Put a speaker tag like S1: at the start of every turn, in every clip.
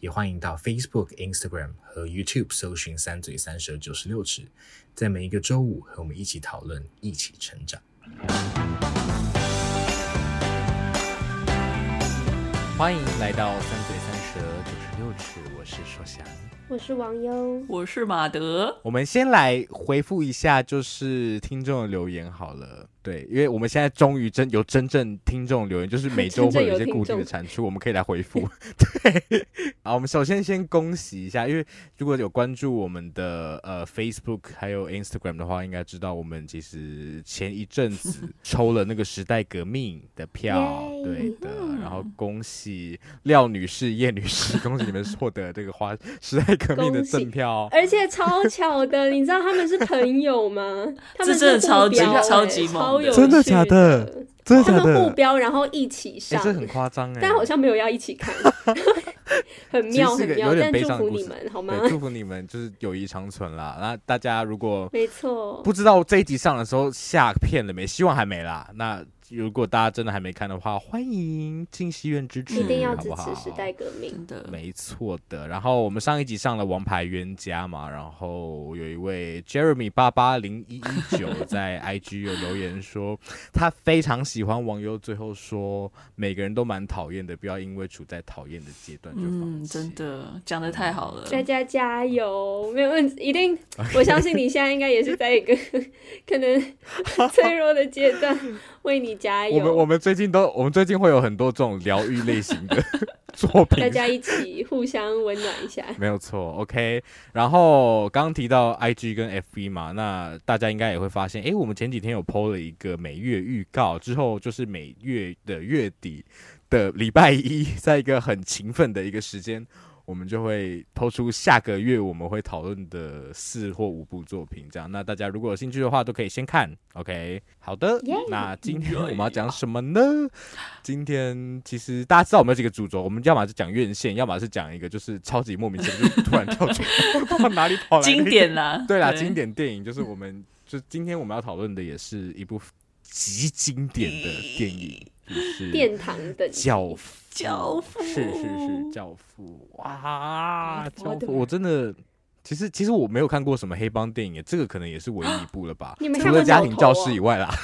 S1: 也欢迎到 Facebook、Instagram 和 YouTube 搜寻“三嘴三舌九十六尺”，在每一个周五和我们一起讨论，一起成长。欢迎来到“三嘴三舌九十六尺”，我是说翔。
S2: 我是王优，
S3: 我是马德，
S4: 我们先来回复一下，就是听众的留言好了。对，因为我们现在终于真有真正听众留言，就是每周
S3: 真正
S4: 会有一
S3: 有
S4: 些
S3: 听
S4: 固定的
S3: 众
S4: 产出，我们可以来回复。 对，好，我们首先先恭喜一下，因为如果有关注我们的呃 Facebook 还有 Instagram 的话，应该知道我们其实前一阵子抽了那个时代革命的票，
S2: 耶
S4: 对的。然后恭喜廖女士、叶女士， 恭喜你们获得这个花时代革命的
S2: 恭喜哎
S4: 赠票。
S2: 而且超巧的，你知道他们是朋友吗？他们
S3: 这真的
S2: 是互
S3: 超级
S2: 标欸
S3: 超级猛
S2: 超有
S3: 的
S4: 真的
S2: 趣
S4: 假
S2: 的
S4: 的？真的
S2: 他
S4: 假
S2: 们互
S4: 的？
S2: 标，然后一起
S4: 哎、
S2: 上，
S4: 这很夸张哎，
S2: 但好像没有要一起 看，很
S4: 其实
S2: 妙
S4: 是
S2: 很
S4: 个
S2: 妙
S4: 有，点
S2: 但
S4: 悲
S2: 祝
S4: 伤的
S2: 福
S4: 故
S2: 你
S4: 事
S2: 们好吗？
S4: 对，祝福你们就是友谊长存啦。那大家如果
S2: 没错，
S4: 不知道这一集上的时候下片了没，希望还没啦。那如果大家真的还没看的话，欢迎进戏院支持，
S2: 一定
S4: 好
S2: 要支
S4: 不好
S2: 持时代革命。
S3: 真的
S4: 没错的。然后我们上一集上了《王牌冤家》嘛，然后有一位 Jeremy 八八零一一九在 IG 有留言说，他非常喜欢网友最后说，每个人都蛮讨厌的，不要因为处在讨厌的阶段就放弃。
S3: 嗯，
S4: 嗯
S3: 真的讲的太好了，
S2: 大家加油，没有问题，一定，
S4: 哎
S2: 我相信你现在应该也是在一个 可能脆弱的阶段，为你加
S4: 我们我
S2: 油，
S4: 们最近都，我们最近会有很多这种疗愈类型 的作品
S2: 大，家一起互相温暖一下。
S4: 没有错，OK。然后刚刚提到 IG 跟 FB 嘛，那大家应该也会发现，诶，我们前几天有 PO 了一个每月预告，之后就是每月的月底的礼拜一， 在一个很勤奋的一个时间，我们就会抛出下个月我们会讨论的四或五部作品，这样。那大家如果有兴趣的话，都可以先看。OK，好的。
S2: 耶
S4: 那今天我们要讲什么呢？今天其实大家知道我们有几个主轴，我们要么是讲院线，要么是讲一个就是超级莫名其妙就突然跳出 不知道哪里跑来的一
S3: 经
S4: 个
S3: 典啦，
S4: 对啦，经典电影就是我们，就今天我们要讨论的也是一部极经典的电影，就是《
S2: 殿堂等级
S4: 教父》。
S3: 教父
S4: 是是是，教父哇，
S2: 我
S4: 教
S2: 的
S4: 父，我真的。其实，其实我没有看过什么黑帮电影，这个可能也是唯一一部了吧
S2: 你没，
S4: 除
S2: 看过
S4: 了家庭
S2: 角
S4: 教
S2: 头哦
S4: 师以外啦。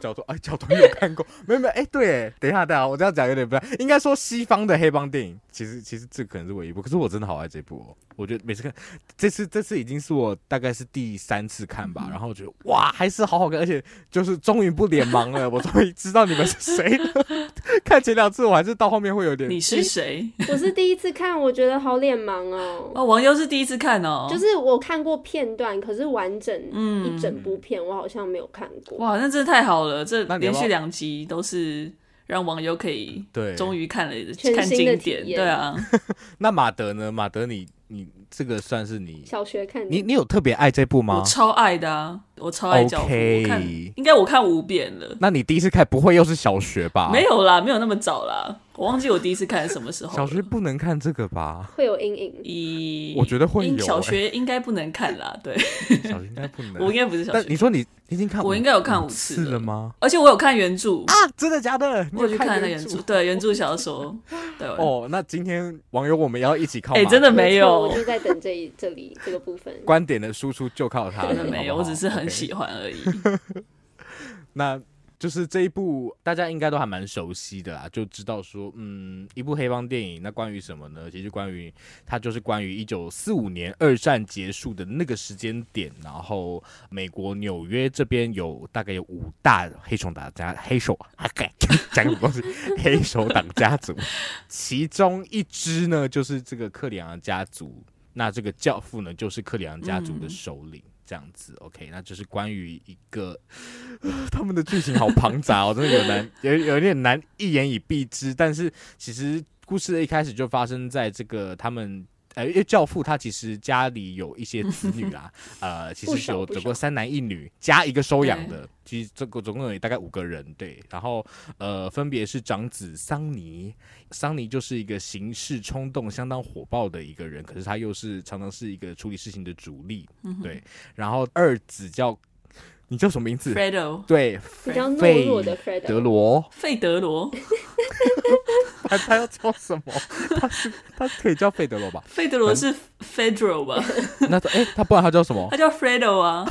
S4: 角头哎，角头有看过，没有没有哎，对，等一下，等一下，我这样讲有点不太，应该说西方的黑帮电影，其实其实这可能是唯一一部，可是我真的好爱这部哦，我觉得每次看，这次这次已经是我大概是第三次看吧，然后我觉得哇，还是好好看，而且就是终于不脸盲了，我终于知道你们是谁了。 看前两次我还是到后面会有点
S3: 你是谁？
S2: 我是第一次看，我觉得好脸盲哦。
S3: 哦，王优是第一次看哦，
S2: 就是我看过片段，可是完整
S3: 嗯
S2: 一整部片我好像没有看过。
S3: 哇，那真的太好了，这
S4: 那你要
S3: 连
S4: 不要
S3: 续两集都是让网友可以
S4: 对
S3: 终于看了
S2: 全新的
S3: 看经
S2: 体
S3: 典，
S2: 验
S3: 对啊，
S4: 那马德呢？马德你，你这个算是你，
S2: 小学看
S4: 你
S2: 的，
S4: 你有特别爱这部吗
S3: 我超爱的啊，我超爱教父，
S4: OK
S3: 我看应该我看五遍了，
S4: 那你第一次看不会又是小学吧？
S3: 没，有啦，没有那么早啦，我忘记我第一次看是什么时候了，
S4: 小学不能看这个 吧？
S2: 会有阴影。
S3: 一，
S4: 我觉得会有
S3: 应小
S4: 欸
S3: 学应该不能看啦， 对
S4: 小学应该不能。
S3: 我应该不是小
S4: 但
S3: 学
S4: 你说你你已经看五，
S3: 我应该有看
S4: 五
S3: 五
S4: 次
S3: 次
S4: 了吗？
S3: 而且我有看原著，
S4: 啊，真的假的？你
S3: 我有去
S4: 看
S3: 看那
S4: 原
S3: 原著，对原 著小说，对，
S4: 哦，那今天网友我们要一起靠马
S3: 哎、
S4: 德。
S3: 真的没
S2: 错
S3: 有
S2: 我，就在等这一这里 这个部分。
S4: 观点的输出就靠他了，
S3: 真的没有，
S4: 好不
S3: 我
S4: 好
S3: 只是很
S4: OK
S3: 喜欢而已。
S4: 那就是这一部大家应该都还蛮熟悉的啦，就知道说，嗯，一部黑帮电影，那关于什么呢？其实关于它就是关于一九四五年二战结束的那个时间点，然后美国纽约这边有大概有五大黑手党家黑手，讲什么东西？黑手党家族，其中一支呢就是这个克里昂家族，那这个教父呢就是克里昂家族的首领。这样子，OK，那就是关于一个 他们的剧情好庞杂哦，真的有难有有点难一言以蔽之。但是其实故事的一开始就发生在这个他们呃，因为《教父》他其实家里有一些子女啦，呃，其
S2: 不
S4: 实
S2: 少
S4: 有
S2: 不
S4: 总共
S2: 少
S4: 三男一女加一个收养的，其实总共总共有大概五个人，对。然后呃，分别是长子桑尼，桑尼就是一个行事冲动相当火爆的一个人，可是他又是常常是一个处理事情的主力，
S3: 嗯
S4: 对。然后二子叫你叫什么名字？
S3: Fredo
S4: 对，
S2: 比较懦
S4: 费
S2: 弱的 Fred
S4: 德罗，
S3: 费德罗，
S4: 他他要做什么？ 他是他可以叫费德罗吧？
S3: 费德罗是 Fedro 吧？
S4: 那他哎、他不然他叫什么
S3: 他？叫 Fredo 啊。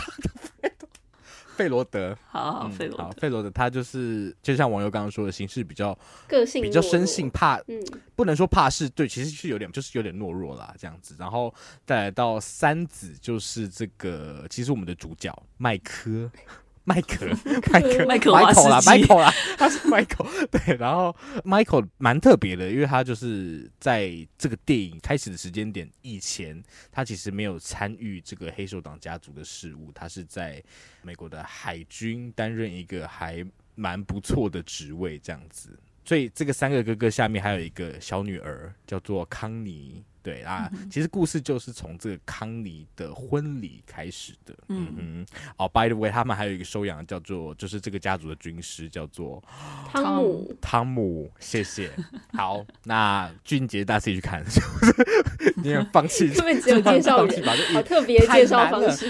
S4: 费罗德。
S3: 好好，
S4: 嗯
S3: 费德
S4: 好
S3: 罗，
S4: 费罗德他就是就像网友刚刚说的，形式比较
S2: 个性
S4: 比较
S2: 懦
S4: 生
S2: 弱
S4: 性，怕
S2: 嗯，
S4: 不能说怕事，对，其实是有点就是有点懦弱啦这样子。然后再来到三子，就是这个其实我们的主角麦科。 麦 克，麦克，
S3: 麦克
S4: 迈
S3: 华斯
S4: 克啦，
S3: 基
S4: 迈克啦， 他是 Michael，对，然后 Michael 蛮特别的，因为他就是在这个电影开始的时间点以前，他其实没有参与这个黑手党家族的事务，他是在美国的海军担任一个还蛮不错的职位，这样子。所以这个三个哥哥下面还有一个小女儿叫做康妮，对啊，
S2: 嗯
S4: 其实故事就是从这个康妮的婚礼开始的。嗯哼，哦，by the way，他们还有一个收养的叫做，就是这个家族的军师叫做
S2: 汤姆
S4: 汤姆，谢 谢。好，那俊杰大家自己去看， 你也放弃
S2: 他们只有介绍
S4: 放弃
S2: 人，
S4: 吧，就
S2: 好
S4: 也
S2: 特别
S4: 太
S2: 介绍
S4: 难
S2: 方
S4: 了
S2: 式，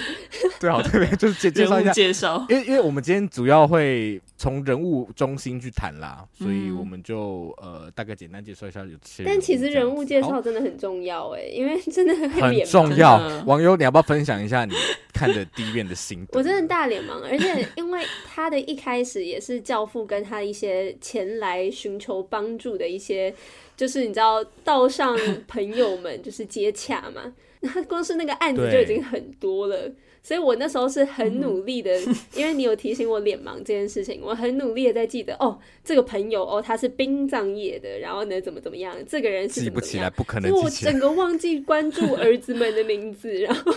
S4: 对，好特别，就是介介绍一
S3: 人物
S4: 下。
S3: 介绍，
S4: 因为因为我们今天主要会从人物中心去谈啦，所以我们就呃大概简单介绍一下有些人物这样子。
S2: 嗯但其实人物介
S4: 好
S2: 绍真的很重要哎，因为真的会
S4: 很
S2: 脸盲
S4: 重
S3: 真
S4: 要
S3: 的。
S4: 网友，你要不要分享一下你看的第一遍的心得？
S2: 我真的大脸盲，而且因为他的一开始也是教父跟他一些前来寻求帮助的一些，就是你知道道 上朋友们就是接洽嘛，那光是那个案子就已经很多了。所以我那时候是
S4: 嗯
S2: 很努力 的，因为你有提醒我脸盲这件事情，我很努力的在记得哦，这个朋友哦他是殡葬业的，然后呢怎么怎么样，这个人是
S4: 记
S2: 怎
S4: 不
S2: 么怎
S4: 起
S2: 么
S4: 来，
S2: 样，
S4: 不可
S2: 所以
S4: 能
S2: 我
S4: 记起来。
S2: 整个忘记关注儿子们的名字，然后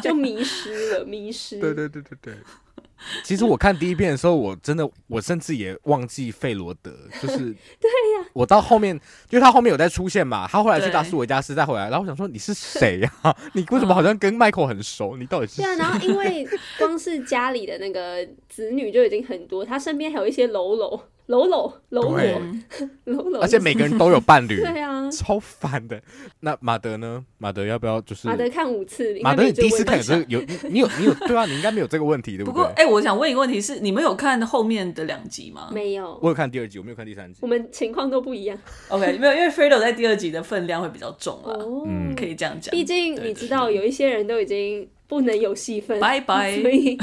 S2: 就迷失了，迷失。
S4: 对对对对对。 其实我看第一遍的时候，我真的，我甚至也忘记费罗德，就是 对呀、我到后面，就是他后面有在出现嘛，他后来去
S3: 对
S4: 达斯维加斯再回来，然后我想说你 是谁呀、 你为什么好像跟 Michael 很熟？你到底是
S2: 嗯对啊，
S4: 谁？
S2: 然后因为光是家里的那个子女就已经很多，他身边还有一些喽喽喽喽喽
S4: 对
S2: 喽喽喽，
S4: 而且每个人都有伴侣，
S2: 对啊，
S4: 超烦的。那马德呢？马德要不要就是
S2: 马德看五次，
S4: 马德你
S2: 应该
S4: 第
S2: 没
S4: 一
S2: 这
S4: 次
S2: 个
S4: 看
S2: 问
S4: 有
S2: 题
S4: 这个有你你有你有对啊，你应该没有这个问题，对
S3: 不过
S4: 对？
S3: 哎，我想问一个问题是，你们有看后面的两集吗？
S2: 没有，
S4: 我有看第二集，我没有看第三集
S2: 我。们情况都不一样
S3: OK，没有，因为 Fredo 在第二集的分量会比较重啊，
S2: 哦。
S4: 嗯
S3: 可以这样讲。
S2: 毕竟你知道，有一些人都已经不能有戏份，
S3: 拜拜
S2: 所以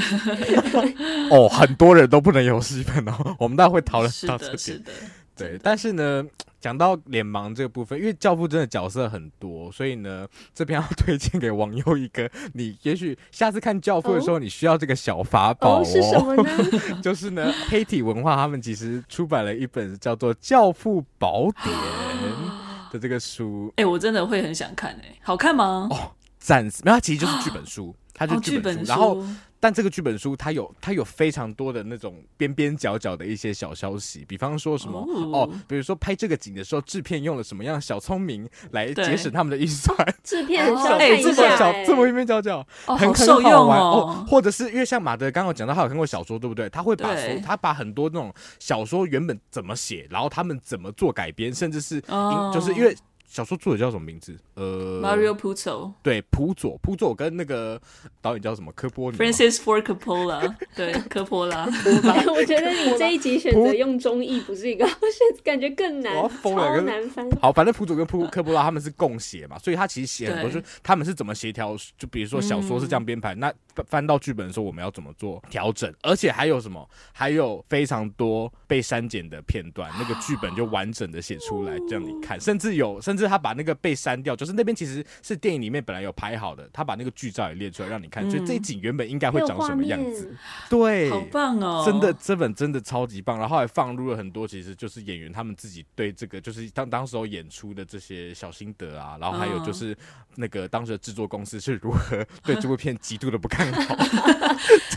S4: 哦，很多人都不能有戏份哦， 我们待会讨论
S3: 是
S4: 到这
S3: 的，
S4: 点。
S3: 是的，
S4: 对，但是呢，讲到脸盲这个部分，因为教父真的角色很多，所以呢， 这边要推荐给网友一个，你也许下次看教父的时候，你需要这个小法宝
S2: 哦哦是什
S4: 哦。
S2: 么呢？
S4: 就是呢，黑体文化他们其实出版了一本叫做《教父宝典》
S3: 啊
S4: 的这个书，
S3: 哎，我真的会很想看哎，好看吗？
S4: 暂时没有，它其实就是剧本书，它哦就
S3: 哦，
S4: 是
S3: 剧
S4: 剧本
S3: 本
S4: 书，然
S3: 书，
S4: 后但这个剧本书它有它有非常多的那种边边角角的一些小消息，比方说什么哦
S3: 哦
S4: 比如说拍这个景的时候，制片用了什么样的小聪明来
S3: 对
S4: 节省他们的预算，
S2: 制片很需要
S3: 哦哎
S2: 看一
S3: 这
S4: 这
S3: 个
S4: 么
S2: 下，
S4: 小
S2: 哎
S4: 这么边边角角，
S3: 哦，
S4: 很很
S3: 好受用
S4: 好玩哦
S3: 哦。。
S4: 或者是因为像马德刚刚有讲到，他有看过小说，对不对？他会把
S3: 对
S4: 所他把很多那种小说原本怎么写，然后他们怎么做改编，甚至是因、
S3: 哦
S4: 就是因为小说作者叫什么名字？呃
S3: Mario Puzo、
S4: 对普佐普佐跟那个导演叫什么科波尼吗。
S3: Francis Ford Coppola，对，科波 拉，
S2: 我觉得你这一集选择用中译不是一个 好选择，感觉更难
S4: 我要，疯了
S2: 超
S4: 跟
S2: 难翻。
S4: 好，反正普佐跟普科波拉他们是共写嘛，所以他其实写很多，
S3: 对
S4: 就是他们是怎么协调，就比如说小说是这样编
S2: 嗯
S4: 排，那翻翻到剧本的时候我们要怎么做调整，而且还有什么，还有非常多被删减的片段，那个剧本就完整的写出来，这样你看，甚至有，甚至他把那个被删掉，就是那边其实是电影里面本来有拍好的，他把那个剧照也列出来让你看，所以这一景原本应该会
S2: 没有
S4: 长
S2: 画
S4: 什么样
S2: 面
S4: 子，对，
S3: 好棒哦！
S4: 哎真的，这本真的超级棒，然后还放入了很多，其实就是演员他们自己对这个，就是当当时候演出的这些小心得啊，然后还有
S3: 嗯
S4: 就是那个当时的制作公司是如何 对这部片极度的不看好，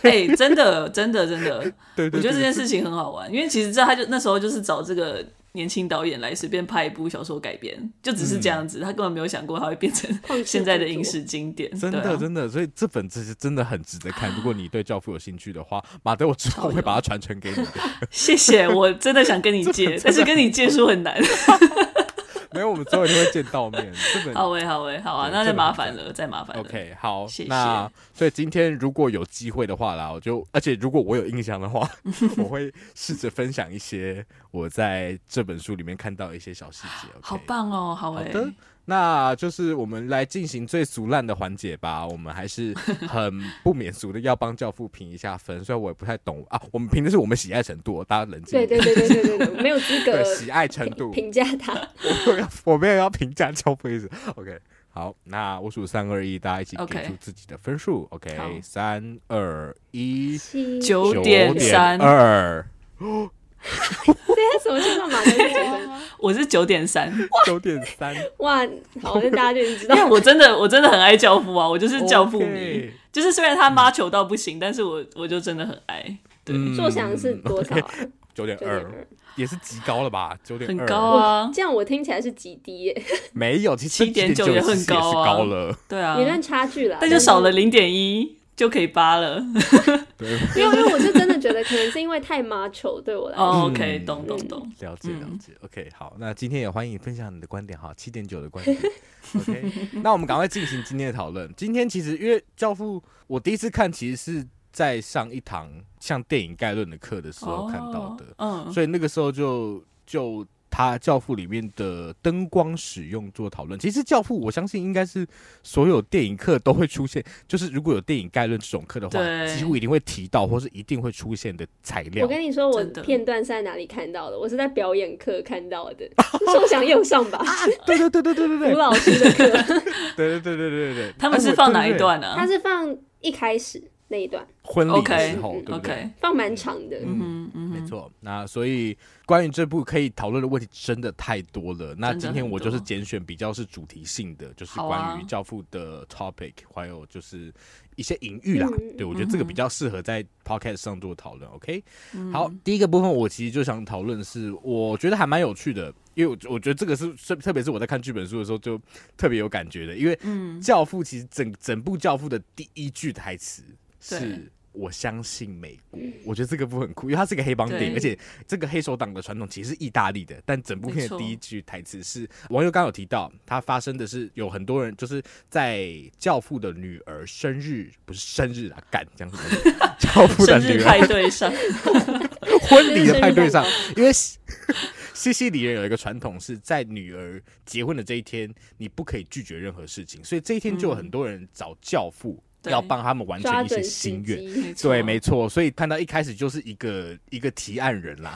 S3: 哎，真的，真的，真的，
S4: 对对
S3: 我觉得这
S4: 对，
S3: 件事情很好玩，因为其实这他就那时候就是找这个年轻导演来随便拍一部小说改编，就只是这样子，他根本没有想过他会变成
S2: 旷世
S3: 现在的
S2: 巨作
S3: 影视经典。
S4: 嗯真
S3: 对
S4: 的
S3: 啊
S4: 真的，所以这本其实真的很值得看。如果你对《教父》有兴趣的 话，马德我之后会把它传承给你的。
S3: 谢谢，我真的想跟你借，但是跟你借书很难。
S4: 没有，我们之后一定会见到面。这本
S3: 好喂，好喂，好啊，
S4: 对
S3: 那
S4: 这
S3: 再
S4: 个
S3: 麻
S4: 很
S3: 烦
S4: 赞
S3: 了，再麻烦了。
S4: OK，好，
S3: 谢谢
S4: 那所以今天如果有机会的话啦，我就而且如果我有印象的话， 我会试着分享一些我在这本书里面看到的一些小细节。OK，
S3: 好棒哦，好
S4: 好
S3: 喂，
S4: 的，那就是我们来进行最俗烂的环节吧。我们还是很不免俗的要帮教父评一下分，虽然我也不太懂啊。我们评的是我们喜爱程度哦，大家冷静
S2: 对
S4: 一点。
S2: 对对对对对对，我没有 资格
S4: 喜爱程度
S2: 评，评价 他。
S4: 我没有要我没有要评价教父意思。OK，好，那我数三二一，大家一起给
S3: OK
S4: 出自己的分数。
S3: 好
S4: OK，三二一，
S2: 七
S3: 九
S4: 点
S3: 点三
S4: 二，
S2: 这是什么情况？马上就结婚？
S3: 我是九点三，
S4: 九点三，
S2: 哇，好，那大家就已经知道
S3: 因为我真的我真的很爱教父啊，我就是教父迷
S4: OK
S3: 就是虽然他妈球到不行，但是我我就真的很爱，对，
S2: 坐翔是多少啊？
S4: 嗯九点
S2: 九点
S4: 嗯二
S2: 二，
S4: 也是极高了吧？九点
S3: 很
S4: 二，
S3: 高
S2: 哇
S3: 啊，，
S2: 这样我听起来是极低耶，
S4: 没有，其实
S3: 7.9
S4: 7.9
S3: 也很
S4: 其实也是
S3: 高啊
S4: 高了。
S3: 对啊
S2: 也，算差距啦。
S3: 但就少
S2: 是
S3: 了零点一就可以八了。
S4: 对，
S2: 没有，因为我就真的觉得可能是因为太 macho 对我来说，
S3: 哦 OK，
S4: 嗯
S3: 懂懂懂，
S4: 了解
S3: 嗯
S4: 了解。OK，好，那今天也欢迎你分享你的观点哈，七点九的观点。OK，那我们赶快进行今天的讨论。今天其实因为《教父》，我第一次看其实是在上一堂像电影概论的课的时候看到的，
S3: 哦嗯，
S4: 所以那个时候就就他《教父》里面的灯光使用做讨论。其实《教父》我相信应该是所有电影课都会出现，就是如果有电影概论这种课的话，
S3: 对
S4: 几乎一定会提到或是一定会出现的材料
S2: 我。跟你说，我
S3: 真的
S2: 片段是在哪里看到的？我是在表演课看到的，受想也有上 吧，
S4: 对对对对对对
S2: 吴
S4: 对
S2: 老师的课，
S4: 对对对对对哎对，
S3: 他们是放哪一段
S2: 他
S4: 哎
S3: 啊
S2: 是放一开始那一段，
S4: 婚礼的
S3: OK，
S4: 时候，对不对？
S3: ？OK，
S2: 放蛮长的。
S3: 嗯嗯
S4: 没错，那所以关于这部可以讨论的问题真的太多了。那今天我就是拣选比较是主题性的，就是
S3: 好啊
S4: 关于《教父》的 topic，还有就是一些隐喻啦。
S2: 嗯
S4: 对我觉得这个比较适合在 podcast 上做讨论。OK，、好，第一个部分我其实就想讨论是，我觉得还蛮有趣的，因为我我觉得这个是特特别是我在看剧本书的时候就特别有感觉的，因为《教父》其实整整部《教父》的第一句台词
S3: 对
S4: 是。我相信美国，我觉得这个部分很酷，因为它是一个黑帮电影，
S3: 对
S4: 而且这个黑手党的传统其实是意大利的，但整部片
S3: 没
S4: 的
S3: 错
S4: 第一句台词是网友刚刚有提到，它发生的是有很多人就是在教父的女儿生日，不是生日啊，干这样子，教父的
S3: 生
S4: 女
S3: 日
S4: 儿
S3: 派对 上，
S4: 婚礼的派对上
S2: 生日蛋，
S4: 因为西 西西里人有一个传统，是在女儿结婚的这一天，你不可以拒绝任何事情，所以这一天就有很多人找教父。
S3: 对
S4: 要帮他们完
S2: 抓
S4: 成一些
S2: 准时
S4: 心愿，
S2: 机，
S4: 对，没错，所以看到一开始就是一个一个提案人 啦，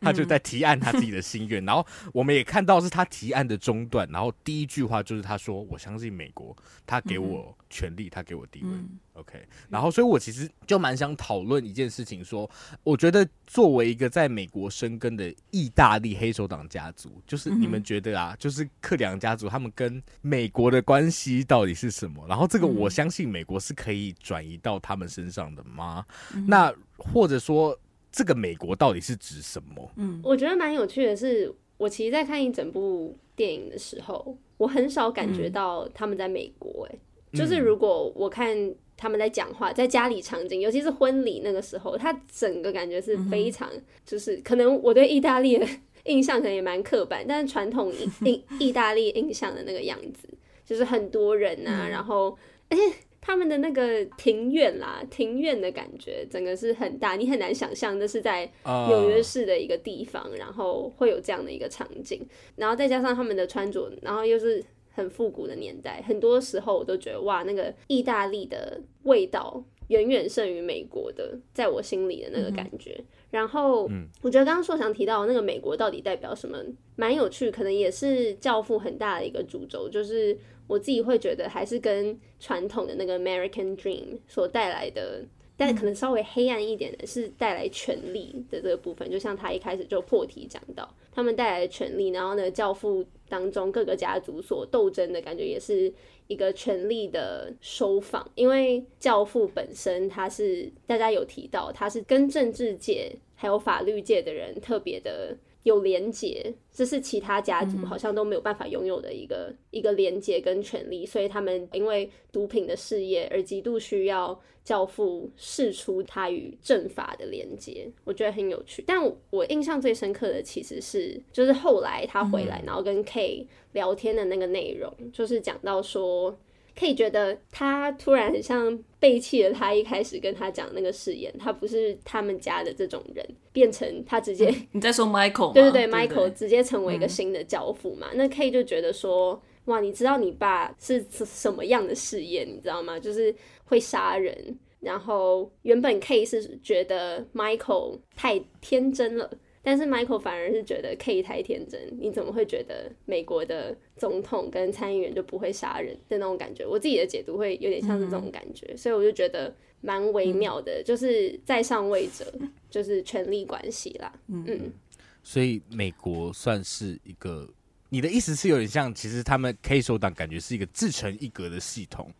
S4: 他就在提案他自己的心愿，然后我们也看到是他提案的中段，然后第一句话就是他说：“我相信美国，他给我权利，他给我地位。OK，然
S3: 嗯
S4: 后所以我其实就蛮想讨论一件事情说我觉得作为一个在美国生根的意大利黑手党家族，就是你们觉得啊，就是克里昂家族他们跟美国的关系到底是什么？然后这个我相信美国是可以转移到他们身上的吗？那或者说这个美国到底是指什么？
S3: 嗯
S2: 我觉得蛮有趣的是，我其实，在看一整部电影的时候，我很少感觉到他们在美国、欸。就是如果我看他们在讲话，在家里场景，尤其是婚礼那个时候，他整个感觉是非常，就是可能我对意大利的 印象可能也蛮刻板，但是传统意意意大利印象的那个样子，就是很多人啊，然后而且。他们的那个庭院啦，庭院的感觉，整个是很大，你很难想象那是在
S4: 呃
S2: 纽约市的一个地方，然后会有这样的一个场景，然后再加上他们的穿着，然后又是很复古的年代，很多时候我都觉得哇，那个意大利的味道远远胜于美国的，在我心里的那个感觉。然后，我觉得刚刚硕翔提到那个美国到底代表什么，蛮有趣，可能也是《教父》很大的一个主轴，就是我自己会觉得还是跟传统的那个 American Dream 所带来的，但可能稍微黑暗一点的是带来权力的这个部分，就像他一开始就破题讲到，他们带来的权力，然后呢，教父当中各个家族所斗争的感觉，也是一个权力的收放，因为教父本身他是大家有提到，他是跟政治界还有法律界的人特别的有连结，这是其他家族好像都没有办法拥有的一个、一个连结跟权利，所以他们呃因为毒品的事业而极度需要教父试出他与政法的连接，我觉得很有趣。但我我印象最深刻的其实是，就是后来他回来，然后跟 K 聊天的那个内容，就是讲到说。K 觉得他突然很像背弃了他一开始跟他讲那个誓言，他不是他们家的这种人，变成他直接
S3: 你在说 Michael 吗？
S2: 对
S3: 对
S2: 对对，Michael 嗯
S3: 不
S2: 直接成为一个新的教父嘛。那 K 就觉得说，哇，你知道你爸是什么样的事业，你知道吗？就是会杀人。然后原本 K 是觉得 Michael 太天真了，但是 Michael 反而是觉得 K 太天真，你怎么会觉得美国的总统跟参议员就不会杀人的那种感觉？我自己的解读会有点像是这种感觉，所以我就觉得蛮微妙的，就是在上位者就是权力关系啦，嗯
S4: 所以美国算是一个，你的意思是有点像，其实他们 K 手党感觉是一个自成一格的系统，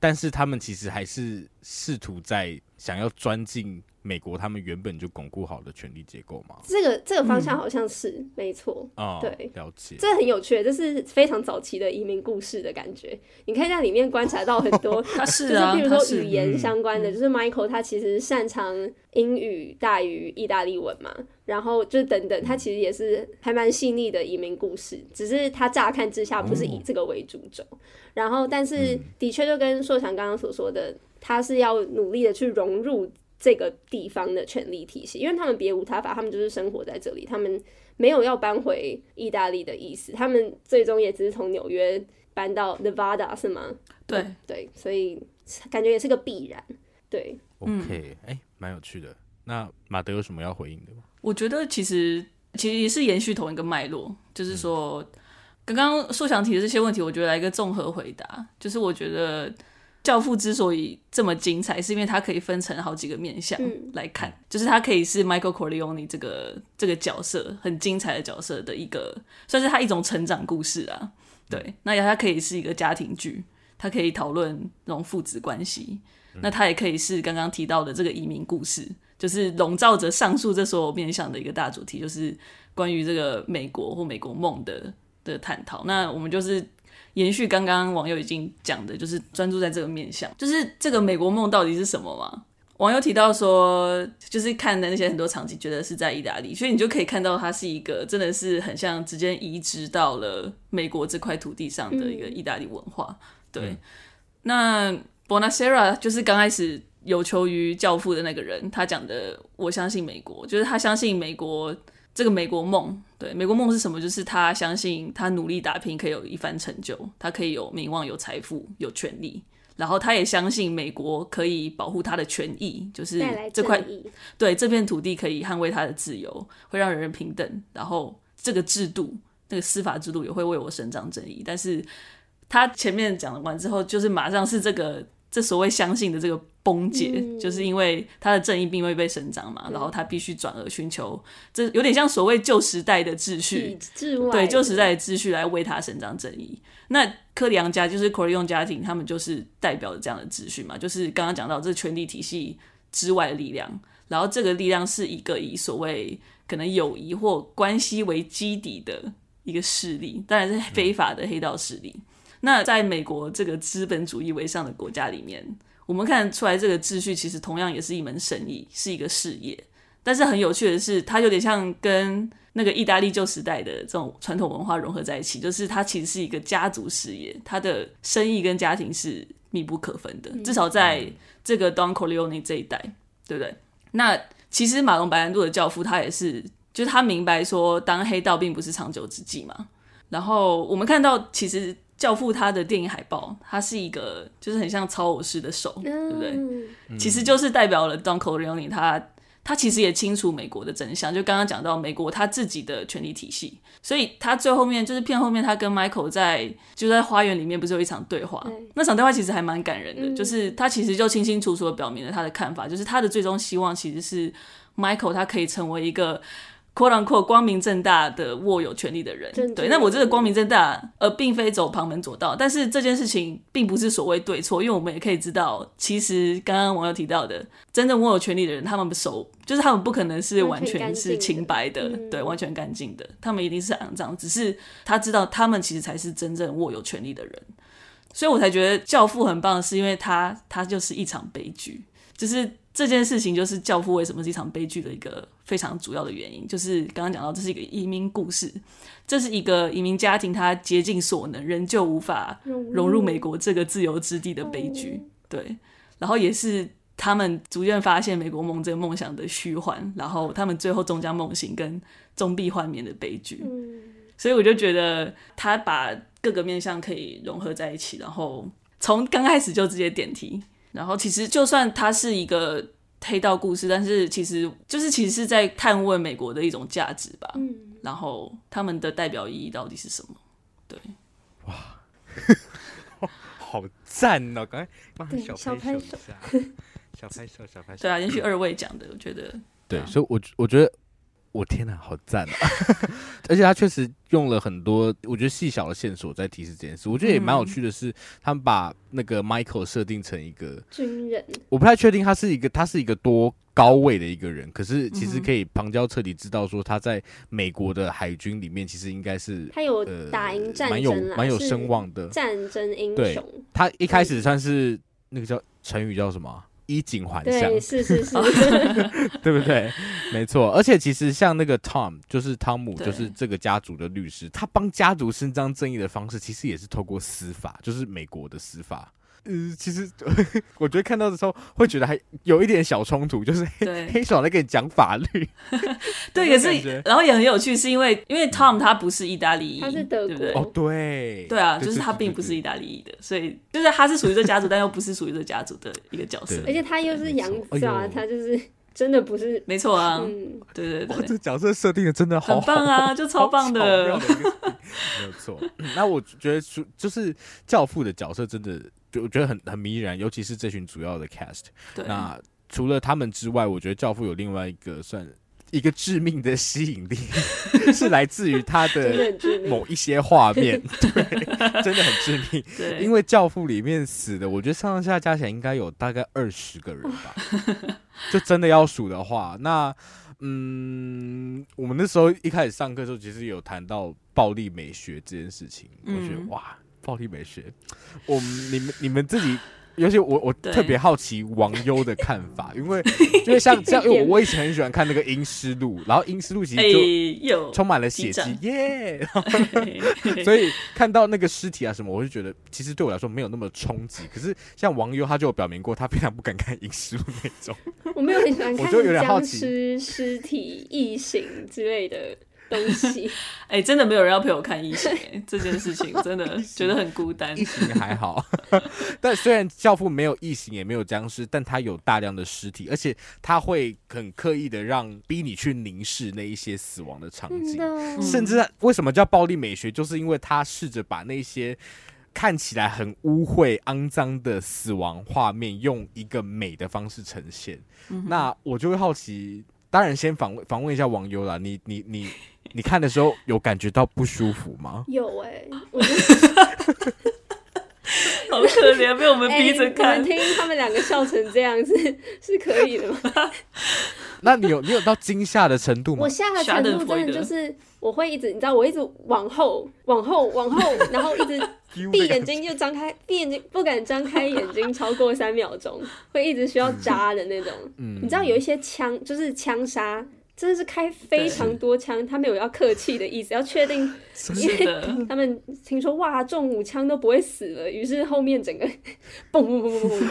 S4: 但是他们其实还是试图在想要钻进美国他们原本就巩固好的权力结构嘛。
S2: 这个这个方向好像是、没错，
S4: 啊、
S2: 对
S4: 了解。
S2: 这很有趣，这是非常早期的移民故事的感觉。你可以在里面观察到很多
S3: 对他
S2: 就是
S3: 啊，
S2: 譬如
S3: 他
S2: 说
S3: 是嗯
S2: 语言相关的，就是 Michael 他其实擅长英语大于意大利文嘛，然后就等等，他其实也是还蛮细腻的移民故事，只是他乍看之下不是以这个为主轴，然后但
S3: 嗯
S2: 是的确就跟硕强刚刚所说的，他是要努力的去融入这个地方的权力体系，因为他们别无他法，他们就是生活在这里，他们没有要搬回意大利的意思，他们最终也只是从纽约搬到 Nevada 是吗？
S3: 对，
S2: 对，所以感觉也是个必然。对，
S4: OK，哎、蛮有趣的。那马德有什么要回应的吗？
S3: 我觉得其实其实也是延续同一个脉络，就是说，刚刚硕想提的这些问题，我觉得来一个综合回答，就是我觉得《教父》之所以这么精彩，是因为它可以分成好几个面向
S2: 嗯
S3: 来看，就是它可以是 Michael Corleone 这个这个角色很精彩的角色的一个，算是他一种成长故事啊。对，那也它可以是一个家庭剧，它可以讨论那种父子关系，那它也可以是刚刚提到的这个移民故事，就是笼罩着上述这所有面向的一个大主题，就是关于这个美国或美国梦的的探讨。那我们就是延续刚刚网友已经讲的，就是专注在这个面向，就是这个美国梦到底是什么嘛？网友提到说，就是看的那些很多场景，觉得是在意大利，所以你就可以看到它是一个真的是很像直接移植到了美国这块土地上的一个
S2: 嗯
S3: 意大利文化。对，那 Bonacera 就是刚开始有求于教父的那个人，他讲的“我相信美国”，就是他相信美国这个美国梦。对，美国梦是什么？就是他相信他努力打拼可以有一番成就，他可以有名望、有财富、有权利。然后他也相信美国可以保护他的权益，就是
S2: 带来
S3: 这块
S2: 正义。
S3: 对这片土地可以捍卫它的自由，会让人人平等，然后这个制度，那个司法制度也会为我伸张正义。但是他前面讲完之后，就是马上是这个这所谓相信的这个崩解，
S2: 嗯
S3: 就是因为他的正义并未被伸张嘛，然后他必须转而寻求，这有点像所谓旧时代的秩序
S2: 体，制外，
S3: 对旧时代的秩序来为他伸张正义。那科里昂家就是 c o r l e o n 家庭，他们就是代表着这样的秩序嘛，就是刚刚讲到这权力体系之外的力量，然后这个力量是一个以所谓可能友谊或关系为基底的一个势力，当然是非法的黑道势力。那在美国这个资本主义为上的国家里面，我们看得出来这个秩序其实同样也是一门生意，是一个事业。但是很有趣的是，它有点像跟那个意大利旧时代的这种传统文化融合在一起，就是它其实是一个家族事业，它的生意跟家庭是密不可分的，至少在这个 Don Corleone 这一代，对不对？那其实马龙白兰度的教父，他也是，就是他明白说，当黑道并不是长久之计嘛。然后我们看到，其实教父他的电影海报，它是一个就是很像超偶式的手，对不对？
S2: 嗯，
S3: 其实就是代表了 Don Corleone 他他其实也清楚美国的真相，就刚刚讲到美国他自己的权力体系，所以他最后面就是片后面他跟 Michael 在就在花园里面不是有一场对话
S2: 对，
S3: 那场对话其实还蛮感人的，
S2: 嗯
S3: 就是他其实就清清楚楚的表明了他的看法，就是他的最终希望其实是 Michael 他可以成为一个。 quote unquote 光明正大的握有权力的人
S2: 真。的
S3: 对，那我这个光明正大，呃，并非走旁门左道，但是这件事情并不是所谓对错，因为我们也可以知道，其实刚刚网友提到的，真正握有权力的人，他们手就是他们不可能是完
S2: 完全
S3: 全
S2: 干
S3: 是
S2: 净的
S3: 清白的，
S2: 嗯
S3: 对，完全干净的，他们一定是肮脏，只是他知道他们其实才是真正握有权力的人。所以我才觉得《教父》很棒，是因为它它就是一场悲剧，就是这件事情就是《教父》为什么是一场悲剧的一个非常主要的原因，就是刚刚讲到这是一个移民故事，这是一个移民家庭他竭尽所能仍旧无法融入
S2: 嗯
S3: 美国这个自由之地的悲剧，对，然后也是。他们逐渐发现美国梦这个梦想的虚幻，然后他们最后终将梦醒，跟终必幻灭的悲剧。
S2: 嗯，
S3: 所以我就觉得他把各个面向可以融合在一起，然后从刚开始就直接点题，然后其实就算它是一个黑道故事，但是其实就是其实是在探问美国的一种价值吧，
S2: 嗯，
S3: 然后他们的代表意义到底是什么？
S4: 好赞哦！刚才哇
S2: 对
S4: 小
S2: 小
S4: 拍
S2: 拍
S4: 手
S2: 手
S4: 一下， 小拍手，小拍手。
S3: 对啊，也许二位讲的，我觉 得
S2: 啊
S4: 对，所以我觉我觉得，我天哪，好赞啊！ 而且他确实用了很多我觉得细小的线索在提示这件事，我觉得也蛮
S2: 嗯
S4: 有趣的是，他们把那个 Michael 设定成一个，
S2: 军人，
S4: 我不太确定他是一个他是一个多高位的一个人，可是其
S2: 嗯
S4: 实可以旁敲侧击知道说他在美国的海军里面其实应该是
S2: 他有
S4: 呃
S2: 打赢战
S4: 蛮有
S2: 争啦，啊
S4: 蛮有
S2: 是
S4: 声望的，
S2: 战争英
S4: 对
S2: 雄，
S4: 他一开始算是那个叫成语叫什么啊？衣锦还乡
S2: 对，，是是是，
S4: 对不 对？没错，而且其实像那个 Tom，就是汤姆，
S3: 对
S4: 就是这个家族的律师，他帮家族伸张正义的方式，其实也是透过司法，就是美国的司法。呃，其实 我觉得看到的时候会觉得还有一点小冲突，就是黑
S3: 对
S4: 黑手在跟你讲法律，
S3: 对
S4: 有
S3: 也
S4: 没有感
S3: 是
S4: 觉，
S3: 然后也很有趣，是因为因为 Tom 他不是意大利裔，
S2: 他是德
S3: 对不对
S2: 国
S4: 哦，对，
S3: 对啊，
S4: 对
S3: 就是
S4: 对
S3: 他
S4: 对
S3: 并
S4: 对
S3: 不是
S4: 对
S3: 意大利裔的，所以就是他是属于这家族，但又不是属于这家族的一个角色
S4: 对。
S2: 而且他又是洋
S4: 没错哎
S2: 杂，
S4: 呦
S2: 他就是真的不是，
S3: 没错啊，
S2: 嗯，
S3: 对对对，
S4: 哇，这角色设定的真的好
S3: 很
S4: 好
S3: 棒啊，就超棒的
S4: 好。巧妙的一 个没有错。那我觉得主就是教父的角色真的，就我觉得很很迷人，尤其是这群主要的 cast。
S3: 对，
S4: 那除了他们之外，我觉得教父有另外一个算一个致命的吸引力，是来自于他
S2: 真的
S4: 的。
S2: 很致命，
S4: 某一些画面，对，真的很致命。
S3: 对，
S4: 因为《教父》里面死的，我觉得上上下加起来应该有大概二十个人吧， 就真的要数的话，那嗯，我们那时候一开始上课的时候，其实有谈到暴力美学这件事情，我觉得
S3: 嗯
S4: 哇，暴力美学，我们你们你们自己。尤其我我
S3: 对
S4: 特别好奇王优的看法，因 为因为像像因为我我以前很喜欢看那个《阴尸路》，然后《阴尸路》其
S3: 哎
S4: 实就
S3: 有，
S4: 充满了血
S3: 激
S4: 迹
S3: 战，
S4: 耶！
S3: 以
S4: 啊所以看到那个尸体啊什么，我就觉得其实对我来说没有那么冲击。可是像王优他就有表明过，他非常不敢看《影视录》那 种。
S2: 我没有很喜欢
S4: 我就有
S2: 看
S4: 点好
S2: 僵
S4: 奇
S2: 尸、尸体、异形之类的东 西，
S3: 哎真的没有人要陪我看异形哎，这件事情 真的觉得很孤单
S4: 异。形还好， 但虽然《教父》没有异形，也没有僵尸，但他有大量的尸体，而且他会很刻意的让逼你去凝视那一些死亡的场
S2: 真
S4: 景。
S2: 的，？
S4: 甚至它为什么叫暴力美学，就是因为他试着把那些看起来很污秽、肮脏的死亡画面，用一个美的方式呈现。那我就会好奇，当然先访问访问一下网友啦，你你你你看的时候有感觉到不舒服吗
S2: 有哎、我觉得
S3: 好可怜，被我们逼着
S2: 哎
S3: 看
S2: 你们。听他们两个笑成这样是是可以的吗？
S4: 那你有你有到惊吓的程度吗
S2: 我？下的程度真的就是我会一直，你知道，我一直往后、往后、往后，然后一 直闭眼睛就张开，闭眼睛不敢张开眼睛超过三秒钟，会一直需要扎的那种。
S4: 嗯
S2: 你知道有一些枪就是枪杀。真的是开非常多枪，他没有要客气的意思，要确定， 因
S3: 是
S2: 为
S3: 的，
S2: 他们听说哇中五枪都不会死了，于是后面整个 嘣嘣嘣嘣嘣，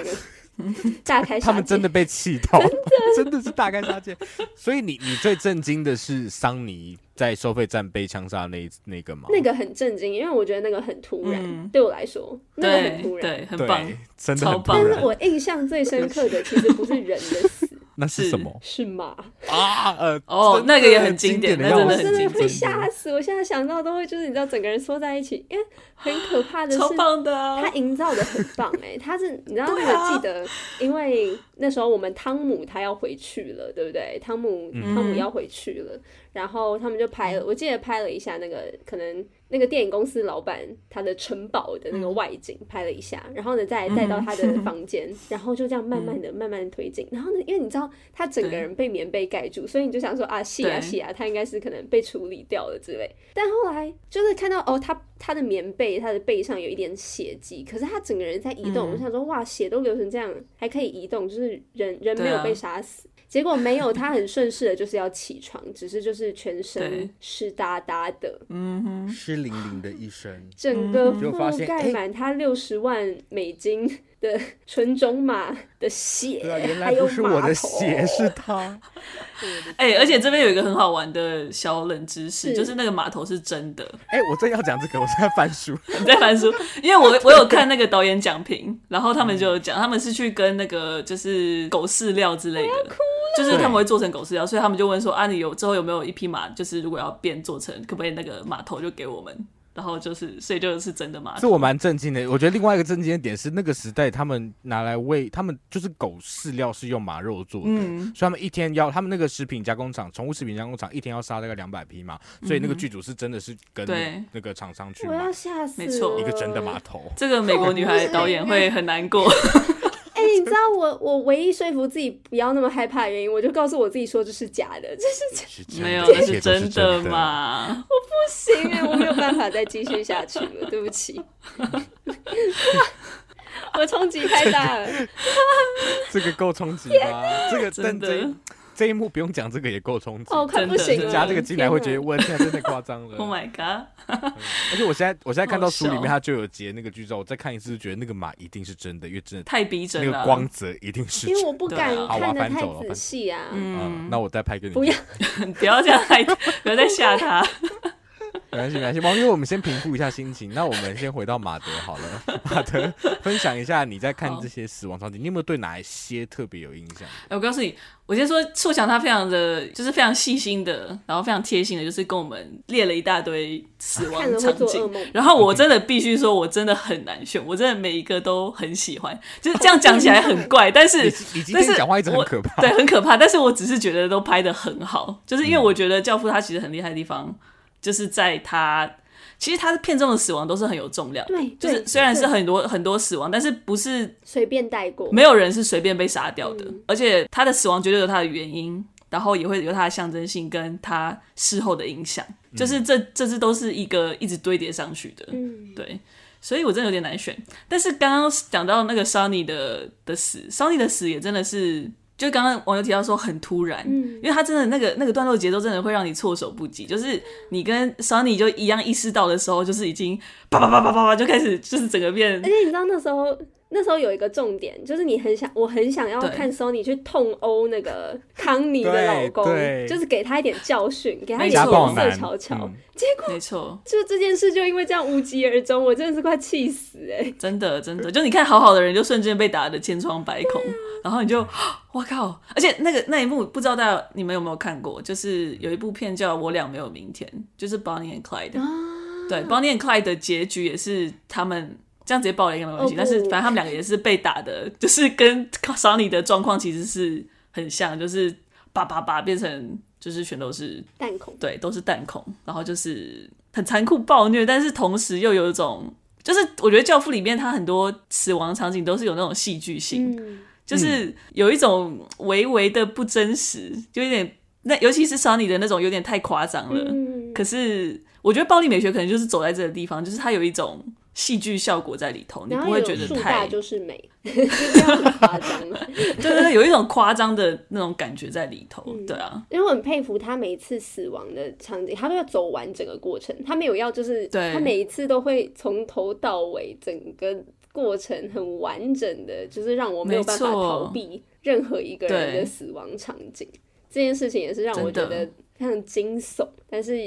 S2: 整个大开杀
S4: 他们
S2: 戒
S4: 真的被气 到， 真的是大开杀戒。所以你你最震惊的是桑尼在收费站被枪杀那一那个吗？
S2: 那个很震惊，因为我觉得那个很突然，
S3: 嗯
S2: 对我来说，那个很
S3: 对
S2: 突然。
S3: 对，很
S4: 对，
S3: 棒。
S4: 真的
S3: 超
S4: 很突
S3: 棒
S2: 但
S4: 然
S2: 是我印象最深刻的其实不是人的死，
S4: 那
S3: 是
S4: 是什么
S2: 是马，
S4: 啊？呃，
S3: 哦
S4: 真
S3: 那个也很经
S4: 经
S3: 典
S4: 的
S3: 那
S4: 要
S2: 我
S3: 真的
S4: 死
S2: 真的
S3: 很
S2: 会
S3: 惊
S2: 吓死。我现在想到都会就是你知道整个人缩在一起，因为很可怕的是
S3: 超棒的啊、
S2: 欸他营造的很棒哎、他是你知道
S3: 对
S2: 那
S3: 啊
S2: 个记得，因为那时候我们汤姆他要回去了，对不对？汤姆
S3: 嗯
S2: 汤姆要回去了，然后他们就拍了，我记得拍了一下那个可能那个电影公司老板他的城堡的那个外景，拍了一下，然后呢再带到他的房间，
S3: 嗯
S2: 然后就这样慢慢的、慢慢的推进，然后呢，因为你知道他整个人被棉被盖住，所以你就想说啊，戏啊
S3: 对
S2: 戏啊，他应该是可能被处理掉了之类。但后来就是看到哦，他他的棉被，他的背上有一点血迹，可是他整个人在移动。
S3: 嗯
S2: 我想说，哇，血都流成这样，还可以移动，就是人人
S3: 对
S2: 没有
S3: 啊
S2: 被杀死。结果没有，他很顺势的，就是要起床，只是就是全身
S3: 对
S2: 湿哒哒的，，
S3: 嗯
S5: 湿淋淋的一身
S2: 整个
S5: 就发
S2: 覆
S5: 现
S2: 盖
S5: 哎
S2: 满他六十万美金的纯种马的血，
S5: 对啊，原来
S2: 还有
S5: 不是我
S2: 马
S5: 的
S2: 头
S5: 血，是他。
S3: 哎、而且这边有一个很好玩的小冷知识，
S2: 是
S3: 就是那个码头是真的。
S5: 哎，我正要讲这个，我正在翻书。
S3: 你在翻书，因为我我有看那个导演讲评，然后他们就有讲，他们是去跟那个就是狗饲料之类的，就是他们会做成狗饲料，所以他们就问说啊，你有之后有没有一匹马，就是如果要变做成，可不可以那个码头就给我们？然后就是，所以就是真的码
S4: 这
S3: 头，
S4: 我蛮震惊的。我觉得另外一个震惊的点是，那个时代他们拿来喂他们就是狗饲料是用马肉做的，
S3: 嗯，
S4: 所以他们一天要他们那个食品加工厂、宠物食品加工厂一天要杀大概两百匹马，所以那个剧组是真的是跟
S3: 嗯对
S4: 那个厂商去
S2: 我
S4: 买
S2: 要吓死
S3: 没错
S2: 了
S4: 一个真的码头。
S3: 这个美国女孩导演会很难过，
S2: 哎、你知道我我唯一说服自己不要那么害怕的原因，我就告诉我自己说这是假的，这是假
S4: 是真的
S3: 没有，
S4: 一
S3: 那
S4: 切
S3: 是
S4: 都是
S3: 真
S4: 真
S3: 的？嘛？
S2: 不行哎、我没有办法再继续下去了，对不起。 我冲击太大了，
S4: 这个够冲击吧？这个但
S3: 真
S4: 这一
S3: 的
S4: 这一幕不用讲，这个也够冲击。
S2: 哦，快不行了。
S4: 加这个进来会觉得，
S2: 天
S4: 我天啊，真的夸张
S3: ，Oh
S4: 了。
S3: my god！
S4: 而且我现在我现在看到书里面
S3: 好笑
S4: 它就有截那个剧照，我再看一次就觉得那个马一定是真的，因为真的
S3: 太逼真啊
S4: 那
S3: 了，
S4: 个光泽一定是
S2: 哪因为
S4: 真
S2: 我不敢
S3: 对啊
S4: 好
S2: 看
S4: 我
S2: 的
S4: 要搬
S2: 太
S4: 走了
S2: 仔细啊。
S4: 嗯，那我再拍给你。
S2: 不要，
S3: 不要这样害，不要再吓他。
S4: 没关系，没关系。网友，我们先平复一下心情。那我们先回到马德好了。 马德，分享一下你在看
S3: 好
S4: 这些死亡场景，你有没有对哪一些特别有印 象？
S3: 哎我告诉你，我先说硕强他非常的，就是非常细心的，然后非常贴心的，就是跟我们列了一大堆死亡
S2: 看了会
S3: 场
S2: 做噩
S3: 景
S2: 梦。
S3: 然后我真的必须说，我真的很难选，我真的每一个都很喜欢。就是这样讲起来很怪，但是
S4: 你今
S3: 但
S4: 天
S3: 是
S4: 讲话一直很
S3: 我
S4: 可怕。
S3: 对，很可怕。但是我只是觉得都拍的很好，就是因为我觉得《教父》他其实很厉害的地方，就是在他其实他的片中的死亡都是很有重量的。
S2: 对，
S3: 就
S2: 对
S3: 是虽然是
S2: 对
S3: 很多很多死亡，但是不是
S2: 随便带过，
S3: 没有人是随便被杀掉的，
S2: 嗯
S3: 而且他的死亡绝对有他的原因，然后也会有他的象征性跟他事后的影响，就是这这只都是一个一直堆叠上去的，
S2: 嗯，
S3: 对，所以我真的有点难选。但是刚刚讲到那个 Sunny 的的死，Sunny 的死也真的是。就刚刚网友提到说很突然，
S2: 嗯
S3: 因为他真的那个那个段落节奏真的会让你措手不及，就是你跟 Sunny 就一样意识到的时候，就是已经叭叭叭叭叭叭就开始就是整个变
S2: 而且你知道那时候。那时候有一个重点，就是你很想，我很想要
S3: 对
S2: 看 Sony 去痛殴那个康妮的老公
S5: 对，对
S2: 就是给他一点教训，给他一
S3: 没
S2: 点
S4: 家暴
S2: 颜色
S4: 男，
S2: 瞧瞧
S4: 嗯。
S3: 没错，
S2: 就这件事就因为这样无疾而终，我真的是快气死哎、欸！
S3: 真的，真的，就你看好好的人，就瞬间被打得千疮百孔，
S2: 啊
S3: 然后你就， 哇靠！而且那个那一幕，不知道大家你们有没有看过？就是有一部片叫《我俩没有明天》，就是 Bonnie and Clyde、对，Bonnie and Clyde 的结局也是他们这样直接爆雷应该没关系，
S2: 哦
S3: 但是
S2: 不
S3: 反正他们两个也是被打的， 就是跟桑尼的状况其实是很像，就是叭叭叭变成就是全都是
S2: 弹孔，
S3: 对，都是弹孔，然后就是很残酷暴虐，但是同时又有一种，就是我觉得《教父》里面它很多死亡场景都是有那种戏剧性，
S2: 嗯，
S3: 就是有一种微微的不真实，就有点那尤其是桑尼的那种有点太夸张了。
S2: 嗯，
S3: 可是我觉得暴力美学可能就是走在这个地方，就是它有一种戏剧效果在里头，你
S2: 然
S3: 不
S2: 后
S3: 会
S2: 有
S3: 觉得
S2: 树
S3: 太
S2: 大就是 美，就不要很夸张了。
S3: 对对对，有一种夸张的那种感觉在里头。
S2: 嗯
S3: 对啊，
S2: 因为我很佩服他每一次死亡的场景，他都要走完整个过程，他没有要就是，
S3: 对
S2: 他每一次都会从头到尾整个过程很完整的，就是让我没有办法
S3: 没错
S2: 逃避任何一个人
S3: 对
S2: 的死亡场景。这件事情也是让我觉
S3: 真的
S2: 得非常惊悚，但是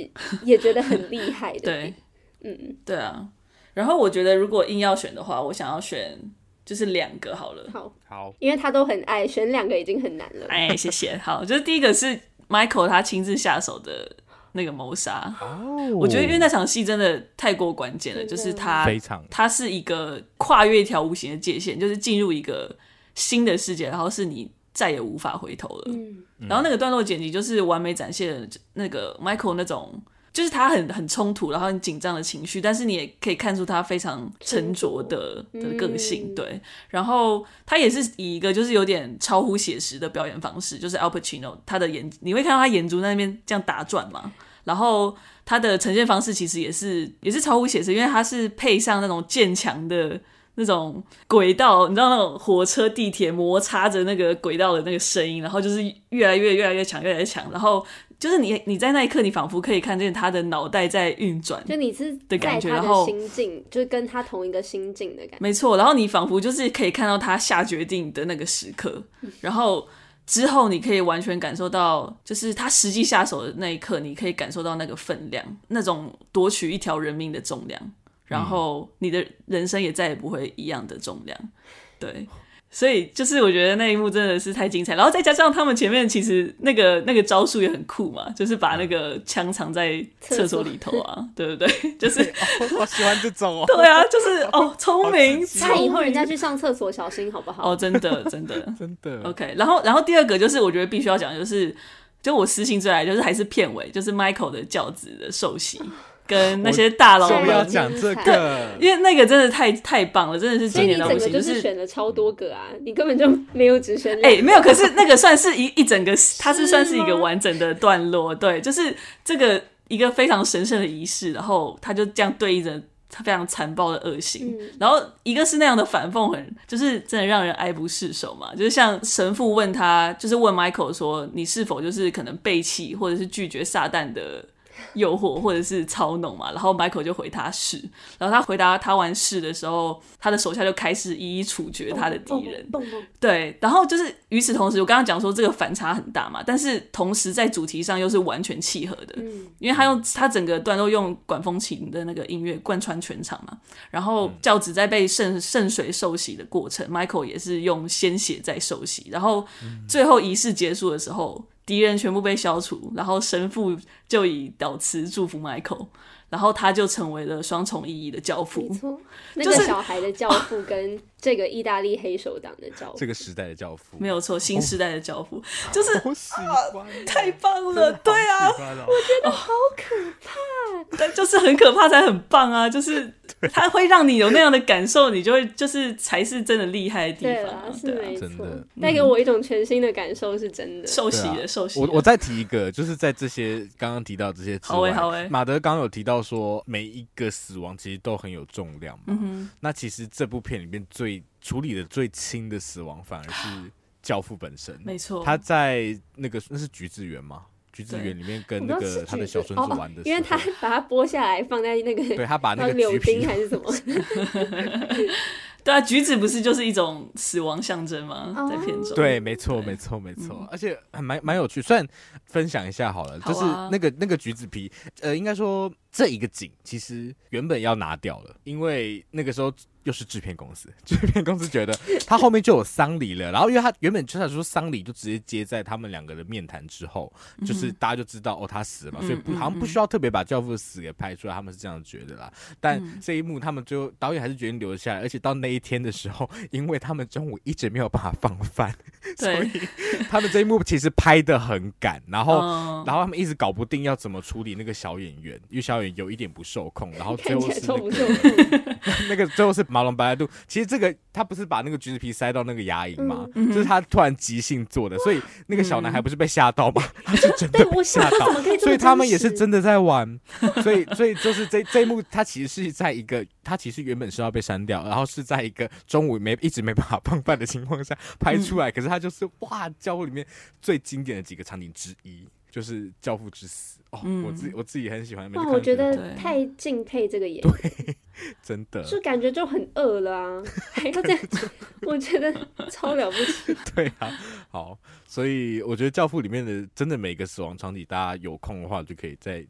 S2: 也觉得很厉害的。
S3: 对，
S2: 嗯，
S3: 对啊，然后我觉得如果硬要选的话，我想要选就是两个 好了。
S2: 好，
S4: 好，
S2: 因为他都很爱，选两个已经很难了。
S3: 哎，谢谢。好，就是第一个是 Michael 他亲自下手的那个谋杀，
S4: 哦
S3: 我觉得因为那场戏真的太过关键了，
S2: 真的
S3: 就是他
S4: 非常
S3: 他是一个跨越一条无形的界限，就是进入一个新的世界，然后是你再也无法回头了。
S2: 嗯，
S3: 然后那个段落剪辑就是完美展现了那个 Michael 那种，就是他很很冲突，然后很紧张的情绪，但是你也可以看出他非常沉着的
S2: 沉
S3: 的
S2: 着
S3: 个性。
S2: 嗯
S3: 对，然后他也是以一个就是有点超乎写实的表演方式，就是 Al Pacino 他的眼，你会看到他眼珠在那边这样打转嘛。然后他的呈现方式其实也是也是超乎写实，因为他是配上那种渐强的那种轨道，你知道那种火车、地铁摩擦着那个轨道的那个声音，然后就是越来越、越来越强、越来越强，然后就是你你在那一刻，你仿佛可以看见他的脑袋在运转，
S2: 就你是
S3: 的
S2: 在
S3: 感
S2: 他
S3: 觉然后
S2: 的心境，就是跟他同一个心境的感觉。
S3: 没错，然后你仿佛就是可以看到他下决定的那个时刻，
S2: 嗯
S3: 然后之后你可以完全感受到，就是他实际下手的那一刻，你可以感受到那个分量，那种夺取一条人命的重量，然后你的人生也再也不会一样的重量，对。所以就是我觉得那一幕真的是太精彩，然后再加上他们前面其实那个那个招数也很酷嘛，就是把那个枪藏在厕所里头啊，对 不对？就是
S4: 我好喜欢这 种哦。
S3: 对啊，就是哦，聪明，
S2: 那以
S3: 聪
S2: 后
S3: 明
S2: 人家去上厕所小心好不好？
S3: 哦，真的真的
S4: 真的
S3: OK。然后然后第二个就是我觉得必须要讲，就是就我私信最爱就是还是片尾，就是 Michael 的教子的受洗跟那些大佬
S2: 我
S4: 不哦要
S3: 们。
S4: 讲这个，
S3: 因为那个真的太太棒了，真的是
S2: 所以
S3: 经
S2: 你
S3: 典到
S2: 整
S3: 不
S2: 个
S3: 行，
S2: 就是是选了超多个啊，你根本就没有只选
S3: 哎、
S2: 两个
S3: 没有，可是那个算是一一整 个，它是算是一个
S2: 吗
S3: 完整的段落，对，就是这个一个非常神圣的仪式，然后他就这样对应着他非常残暴的恶行，
S2: 嗯
S3: 然后一个是那样的反讽很，就是真的让人爱不释手嘛，就是像神父问他，就是问 Michael 说，你是否就是可能背弃或者是拒绝撒旦的诱惑或者是操弄嘛，然后 Michael 就回他是，然后他回答他完是的时候，他的手下就开始一一处决他的敌人，
S2: 蹦蹦蹦
S3: 对，然后就是与此同时，我刚刚讲说这个反差很大嘛，但是同时在主题上又是完全契合的，
S2: 嗯，
S3: 因为他用他整个段落用管风琴的那个音乐贯穿全场嘛，然后教子在被圣圣水受洗的过程，Michael 也是用鲜血在受洗，然后最后仪式结束的时候，敌人全部被消除，然后神父就以祷词祝福 Michael，然后他就成为了双重意义的教父
S2: 没，错，那
S3: 就
S2: 个
S3: 是
S2: 小孩的教父跟这个意大利黑手党的教父
S4: 这，个时代的教父，
S3: 没有错，新时代的教父，就是
S4: 好喜欢哦，
S3: 太棒了，对啊，
S4: 喜欢哦，
S3: 但就是很可怕才很棒啊！就是它会让你有那样的感受，你就会就是才是真的厉害的
S2: 对
S3: 地方、
S2: 啦
S3: 啊，，
S2: 是
S3: 对啊。
S2: 没
S4: 真
S2: 错
S4: 的，
S2: 带给我一种全新的感受，是真的。
S3: 受洗
S4: 对啊
S3: 的受洗
S4: 我
S3: 的，
S4: 我再提一个，就是在这些刚刚提到这些之
S3: 好
S4: 外，
S3: 欸好欸
S4: 马德刚有提到说每一个死亡其实都很有重量嘛。那其实这部片里面最处理的最轻的死亡反而是教父本身，
S3: 没错
S4: 他在那个那是橘子园吗？橘子
S3: 对
S4: 园里面跟
S2: 我
S4: 那
S2: 不知道
S4: 个
S2: 是
S4: 他的
S2: 橘
S4: 小
S2: 子
S4: 孙子
S2: 哦
S4: 玩的时候，
S2: 因为他把它剥下来放在那个
S4: 对他把那
S2: 要
S4: 个
S2: 柳
S4: 橘皮
S2: 丁还是 什么，
S3: 对啊，橘子不是就是一种死亡象征吗？
S2: 哦
S3: 在片中，
S4: 对，没错，没错，没错，而且还蛮蛮有趣。虽然分享一下好了，
S3: 嗯好啊
S4: 就是那个那个橘子皮，呃，应该说这一个景其实原本要拿掉了，因为那个时候又是制片公司， 制片公司觉得他后面就有丧礼了，然后因为他原本就想说丧礼就直接接在他们两个的面谈之后，
S3: 嗯
S4: 就是大家就知道哦他死了嘛，所以不好像不需要特别把教父的死给拍出来，他们是这样觉得啦。但
S2: 嗯
S4: 这一幕他们最后导演还是决定留下来，而且到那一天的时候， 因为他们中午一直没有办法放饭。所
S3: 对
S4: 以，他们这一幕其实拍的很赶，然后、
S2: 哦
S3: 嗯
S4: 然后他们一直搞不定要怎么处理那个小演员，因为小演员有一点不受控，然后最
S2: 看
S4: 后
S2: 起来
S4: 是
S2: 超
S4: 那
S2: 不
S4: 个
S2: 受控。
S4: 那个最后是马龙白兰度。其实这个他不是把那个橘子皮塞到那个牙龈吗？
S2: 嗯
S4: 就是他突然即兴做的，所以那个小男孩不是被吓到 吗？他是真的
S2: 啊对，
S4: 被
S2: 我
S4: 吓
S2: 想说
S4: 到
S2: 怎。么可以这么
S4: 所以他们也是
S2: 真实
S4: 真的在玩，所以所以就是这这一幕，它其实是在一个，它其实原本是要被删掉，然后是在一个中午没一直没办法放饭的情况下拍
S2: 嗯
S4: 出来，可是它就是哇，教父里面最经典的几个场景之一，就是《教父之死》哦，
S3: 嗯
S4: 我自己我自己很喜欢，每次
S2: 哇，
S4: 看
S2: 我
S4: 都
S2: 觉得
S3: 对
S2: 太敬佩这个演员，
S4: 真的
S2: 就感觉就很饿 了啊，还要这样，我觉得超了不起。
S4: 对啊，好，所以我觉得《教父》里面的真的每个死亡场景，大家有空的话就可以再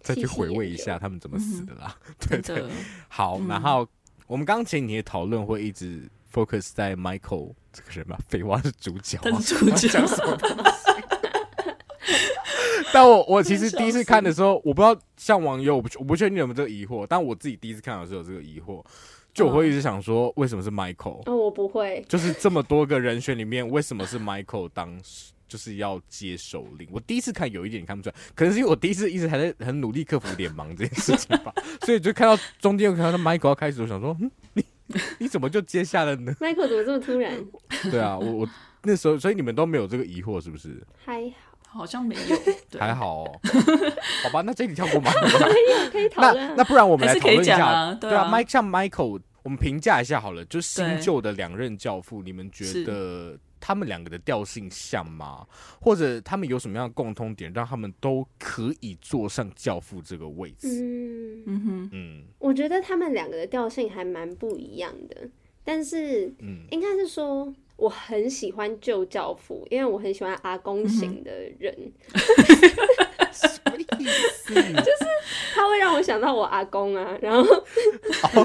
S4: 再去
S2: 细细
S4: 回味
S2: 研
S4: 一
S2: 究
S4: 下他们怎么死的啦，对
S3: 真
S4: 对
S3: 的，
S4: 好，然后我们刚刚前几天讨论会一直 focus 在 Michael 这个人嘛， 废话是主角、
S3: 他
S4: 啊，
S3: 是主角，
S4: 但我我其实第一次看的时候，我不知道像网友，我不我不确定你有没有这个疑惑，但我自己第一次看的时候有这个疑惑，就我会一直想说，为什么是 Michael？
S2: 哦，我不会，
S4: 就是这么多个人选里面，为什么是 Michael 当时就是要接手令？我第一次看有一点看不出来，可能是因为我第一次一直还在很努力克服脸盲这件事情 吧，所以就看到中间有看到 Michael 要开始，我想说，嗯，你你怎么就接下了 呢？
S2: Michael 怎么这么突
S3: 嗯
S2: 然？
S4: 对啊，我我那时候，所以你们都没有这个疑惑是不是？
S2: 还好，
S3: 好像没 有，对，
S4: 还好、哦，好吧，那这里跳过 吧。
S2: 可以讨
S4: 那
S2: 论
S4: 那
S2: 啊。
S4: 不然我们来
S3: 还是
S4: 讨
S3: 可以
S4: 论一
S3: 讲
S4: 下，
S3: 啊对
S4: 对啊
S3: 啊
S4: ，Mike 像 Michael，我们评价一下好了，就是新
S3: 对
S4: 旧的两任教父，你们觉
S3: 是
S4: 得他们两个的调性像吗？或者他们有什么样的共通点，让他们都可以坐上教父这个位置？
S2: 嗯，
S3: 嗯哼，
S4: 嗯
S2: 我觉得他们两个的调性还蛮不一样的，但是
S4: 嗯
S2: 应该是说。我很喜欢旧教父，因为我很喜欢阿公型的人，他会让我想到我阿公啊。然后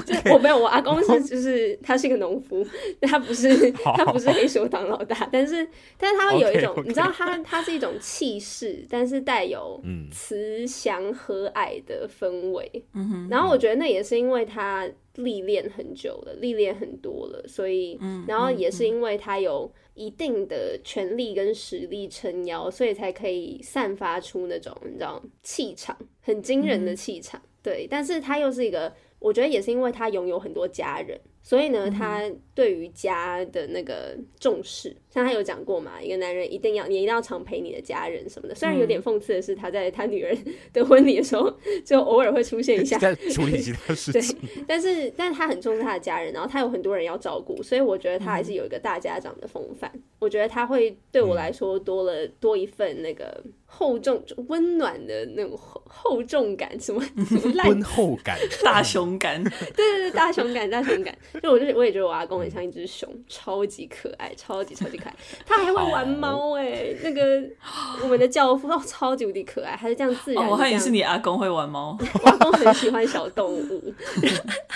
S2: 就我没有，我阿公是就是他是一个农夫，他不是他不是黑手党老大，但是但是他会有一种
S4: OK，OK
S2: 你知道他他是一种气势，但是带有
S4: 嗯
S2: 慈祥和蔼的氛围。
S3: 嗯哼，
S2: 然后我觉得那也是因为他历练很久了，历练很多了，所以，
S3: 嗯
S2: 然后也是因为他有一定的权力跟实力撑腰，所以才可以散发出那种你知道气场，很惊
S3: 嗯
S2: 人的气场。对，但是他又是一个，我觉得也是因为他拥有很多家人。所以呢，他对于家的那个重视，像他有讲过嘛，一个男人一定要你一定要常陪你的家人什么的。虽然有点讽刺的是，他在他女儿 的婚礼的时候，就偶尔会出现 一下，
S4: 在处理其他事
S2: 对
S4: 情，，
S2: 但是但是他很重视他的家人，然后他有很多人要照顾，所以我觉得他还是有一个大家长的风范。我觉得他会对我来说多了、多一份那个厚重、温暖的那种厚厚重感，什么 什么烂
S4: 婚后 感，
S3: 大熊感，哦
S2: 对对对，大熊感，大熊 感。就我就我也觉得我阿公很像一只熊，超级可爱，超级超级可爱。他还会玩猫哎、那个我们的教父哦，超级无敌可爱，还是这样自然地
S3: 哦，
S2: 这样。
S3: 我还以为是你阿公会玩猫，
S2: 我阿公很喜欢小动物。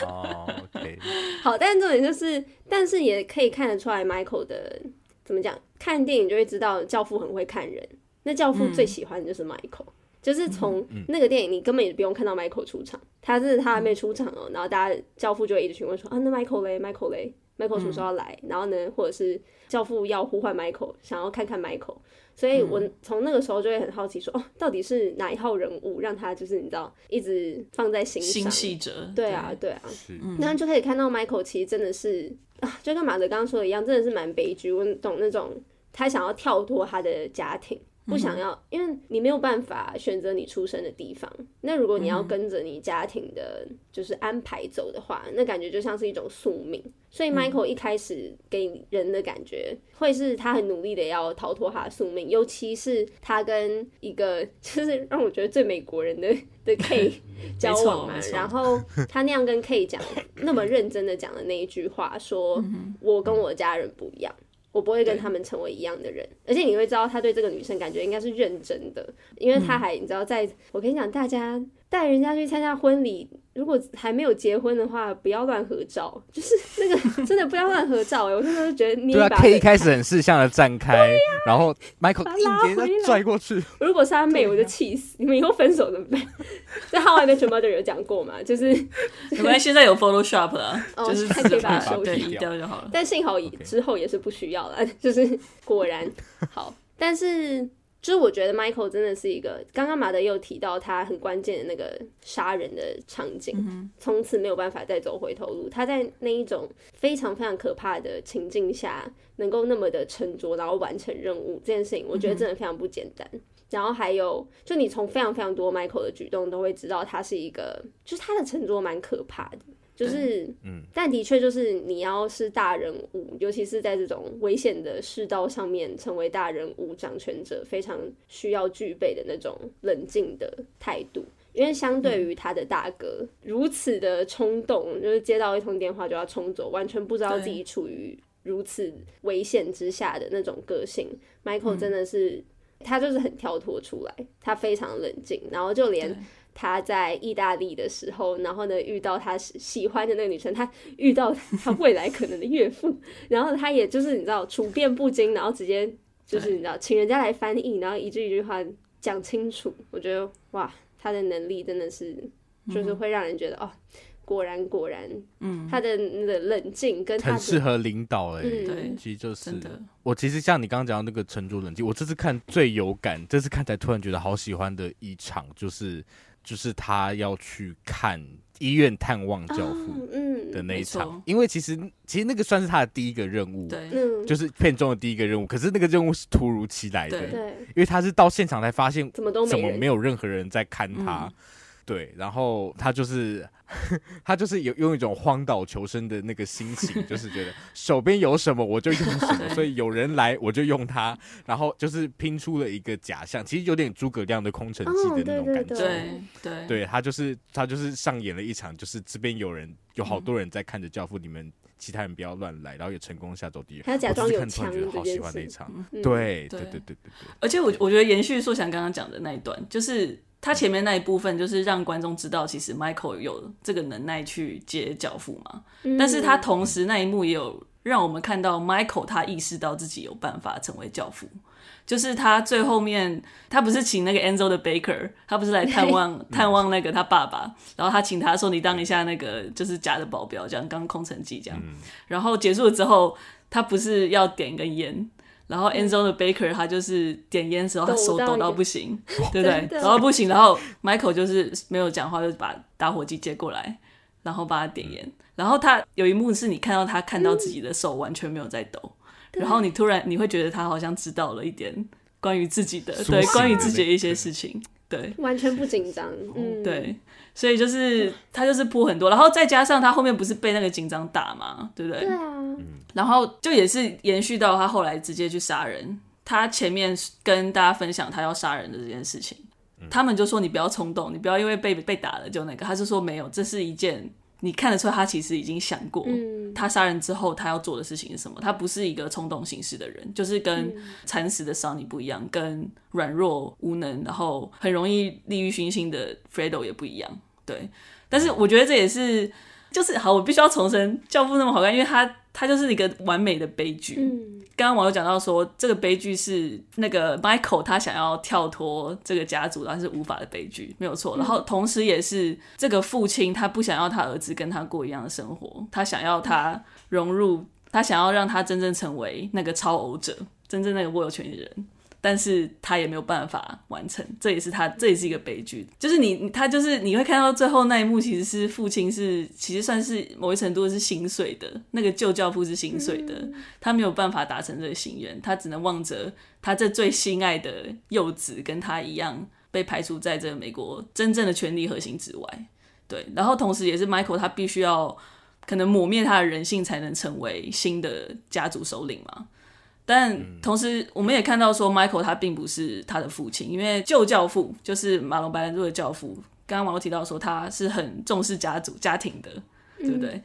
S4: 哦，OK，
S2: 好，但重点就是，但是也可以看得出来，Michael 的怎么讲？看电影就会知道，教父很会看人。那教父最喜欢的就是 Michael，、就是从那个电影你根本也不用看到 Michael 出场，他是他还没出场哦，然后大家教父就会一直询问说啊，那 Michael 嘞，Michael 嘞，Michael 什么时候要来？然后呢，或者是教父要呼唤 Michael，想要看看 Michael。所以我从那个时候就会很好奇说，哦，到底是哪一号人物让他就是你知道一直放在心
S3: 心
S2: 上？
S3: 细者，
S2: 对啊，，对啊。
S4: 是
S2: 那就可以看到 Michael 其实真的是 啊，就跟马德刚刚说的一样，真的是蛮悲剧。我懂那种他想要跳脱他的家庭，不想要，因为你没有办法选择你出生的地方。那如果你要跟着你家庭的，就是安排走的话，那感觉就像是一种宿命。所以 Michael 一开始给人的感觉会是他很努力的要逃脱他的宿命，尤其是他跟一个 就是让我觉得最美国人的的 K 交往嘛
S3: 没，错
S2: 然后他那样跟 K 讲那么认真的讲的那一句话，说
S4: 嗯
S2: 我跟我家人不一样。我不会跟他们成为一样的人，而且你会知道他对这个女生感觉应该是认真的，因为
S4: 嗯
S2: 他还你知道在，我跟你讲，大家带人家去参加婚礼，如果还没有结婚的话，不要乱合照，就是 那个真的不要乱合照哎、我那时候觉得捏
S4: 对啊
S2: 一把
S4: ，K
S2: 冷
S4: 一开始很识相的站开，然后 Michael
S2: 把他拉
S4: 硬给
S2: 回来
S4: 他拽过去，
S2: 汗，如果是他妹，
S4: 啊
S2: 我就气死。你们以后分手怎么办？ 在《号外面全包》就有讲过嘛，就是，
S3: 没关系，现在有 Photoshop 了，啊
S2: 哦
S3: 就是
S2: 还
S3: 自
S2: 可以
S3: 己
S2: 把它
S3: 把
S2: 修
S3: 对
S4: 剪
S3: 移
S4: 掉
S3: 掉就好了。
S2: 但幸好以
S4: OK
S2: 之后也是不需要了， 就是果然好。但是就是我觉得 Michael 真的是一个，刚刚马德也有提到他很关键的那个杀人的场景，从此没有办法再走回头路。他在那一种非常非常可怕的情境下，能够那么的沉着，然后完成任务这件事情，我觉得真的非常不简单。然后还有，就你从非常非常多 Michael 的举动都会知道，他是一个，就是他的沉着蛮可怕的，就是，嗯，但的确就是你要是大人物，尤其是在这种危险的世道上面，成为大人物、掌权者，非常需要具备的那种冷静的态度。因为相对于他的大哥、如此的冲动，就是接到一通电话就要冲走，完全不知道
S3: 对
S2: 自己处于如此危险之下的那种个性，Michael
S3: 嗯
S2: 真的是、他就是很跳脱出来，他非常冷静，然后就连
S3: 对
S2: 他在意大利的时候，然后呢遇到他喜喜欢的那个女生，他遇到他未来可能的岳父， 然后他也就是你知道处变不惊，然后直接就是你知道请人家来翻译，然后一句一句话讲清楚，我觉得哇，他的能力真的是就是会让人觉得、哦。果然果然，
S3: 嗯，
S2: 他的那个冷静跟他
S4: 很
S2: 的
S4: 适合领导哎、
S2: 嗯
S3: 对，
S4: 其实就是
S3: 真的，
S4: 我其实像你刚刚讲到那个沉着冷静，我这次看最有感，这次看才突然觉得好喜欢的一场，就是就是他要去看医院探望教父
S2: 哦嗯
S4: 的那一
S3: 啊没错
S4: 场，因为其实其实那个算是他的第一个任务，，
S3: 对，
S2: 嗯，
S4: 就是片中的第一个任务，可是那个任务是突如其来的，
S3: 对
S4: 因
S2: 对，
S4: 为他是到现场才发现
S2: 怎么都
S4: 怎
S2: 没
S4: 么
S2: 人
S4: 没有任何人在看他？
S3: 嗯
S4: 对，然后他就是他就是有用一种荒岛求生的那个心情，就是觉 得手边有什么我就用什么，所以有人来我就用它，然后就是拼出了一个假象，其实有点诸葛亮的空城计
S2: 哦
S4: 的那种
S2: 对
S4: 感觉。
S2: 对
S3: 对
S2: 嗯
S3: 对
S4: 对他就是他就是上演了一场，就是这边有人有
S2: 嗯
S4: 好多人在看着教父，你们其他人不要乱来，然后也成功下走敌人。
S2: 还要假装
S4: 我这次
S2: 有
S4: 看突然
S2: 枪
S4: 觉得
S2: 这
S4: 好喜
S2: 件
S4: 欢那一
S2: 事，
S4: 场。
S2: 嗯
S4: 对对
S3: 对
S4: 对对对对。
S3: 而且我我觉得延续硕翔刚刚讲的那一段，就是他前面那一部分，就是让观众知道其实 Michael 有这个能耐去接教父嘛，
S2: 嗯
S3: 但是他同时那一幕也有让我们看到 Michael 他意识到自己有办法成为教父。就是他最后面，他不是请那个 Enzo 的 Baker，他不是来探望探望那个他爸爸，然后他请他说你当一下那个就是假的保镖，这样刚空城计这样，然后结束了之后，他不是要点一根烟，然后 Enzo 的 Baker 他就是点烟的时候，他手
S2: 抖到
S3: 抖
S2: 一
S3: 到
S2: 个
S3: 不行，对不对
S2: 真？的
S3: 然后不行，然后 Michael 就是没有讲话，就把打火机接过来，然后把他点烟。
S4: 嗯
S3: 然后他有一幕是你看到他看到自己的手完全没有在抖，然后你突然你会觉得他好像知道了一点关于自己的，
S4: 苏醒
S3: 对
S4: 的，
S3: 关于
S4: 那
S3: 自己的
S4: 个
S3: 一些事情，对。
S2: 完全不紧张，
S4: 哦
S2: 嗯，
S3: 对，所以就是他就是铺很多，然后再加上他后面不是被那个警长打嘛，对不对？
S2: 对啊，
S3: 然后就也是延续到他后来直接去杀人。他前面跟大家分享他要杀人的这件事情，他们就说你不要冲动，你不要因为被被打了就那个。他是说没有，这是一件你看得出来他其实已经想过，
S2: 嗯
S3: 他杀人之后他要做的事情是什么。他不是一个冲动行事的人，就是跟惨死的桑尼不一样，跟软弱无能，然后很容易利欲熏心的 Fredo 也不一样。对，但是我觉得这也是，就是好，我必须要重申，《教父》那么好看，因为它它就是一个完美的悲剧。
S2: 嗯，
S3: 刚刚网友讲到说，这个悲剧是那个 Michael 他想要跳脱这个家族，但是无法的悲剧，没有错。然后同时也是这个父亲他不想要他儿子跟他过一样的生活，他想要他融入，他想要让他真正成为那个超偶者，真正那个握有权的人。但是他也没有办法完成，这也是他，这也是一个悲剧。就是你，你他就是你会看到最后那一幕，其实是父亲是，其实算是某一程度是心碎的，那个旧教父是心碎的，他没有办法达成这个心愿，他只能望着他这最心爱的幼子跟他一样被排除在这个美国真正的权力核心之外。对，然后同时也是 Michael 他必须要可能抹灭他的人性，才能成为新的家族首领嘛。但同时，我们也看到说，Michael 他并不是他的父亲，因为旧教父就是马龙白兰度的教父。刚刚网友提到说，他是很重视家族家庭的，对不对？
S2: 嗯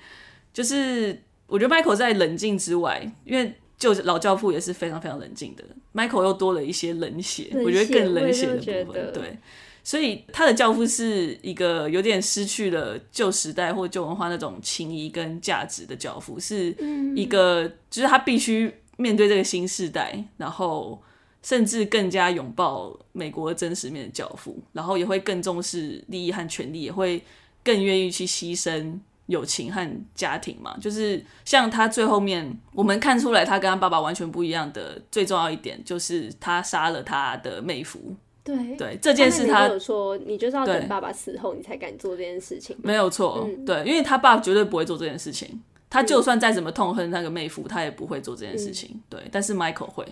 S3: 就是我觉得 Michael 在冷静之外，因为旧老教父也是非常非常冷静的，Michael 又多了一些冷血，
S2: 冷血
S3: 我觉得更冷血
S2: 我也这么
S3: 的部
S2: 觉得
S3: 分，对。所以他的教父是一个有点失去了旧时代或旧文化那种情谊跟价值的教父，是
S2: 嗯
S3: 一个就是他必须面对这个新时代，然后甚至更加拥抱美国真实面的教父，然后也会更重视利益和权利，也会更愿意去牺牲友情和家庭嘛。就是像他最后面，我们看出来他跟他爸爸完全不一样的最重要一点，就是他杀了他的妹夫。
S2: 对。
S3: 对这件事，他
S2: 有说，你就是要
S3: 对
S2: 等爸爸死后，你才敢做这件事情。
S3: 没有错，
S2: 嗯
S3: 对，因为他爸绝对不会做这件事情。他就算再怎么痛恨那个妹夫，他也不会做这件事
S2: 嗯
S3: 情。对，但是 Michael 会，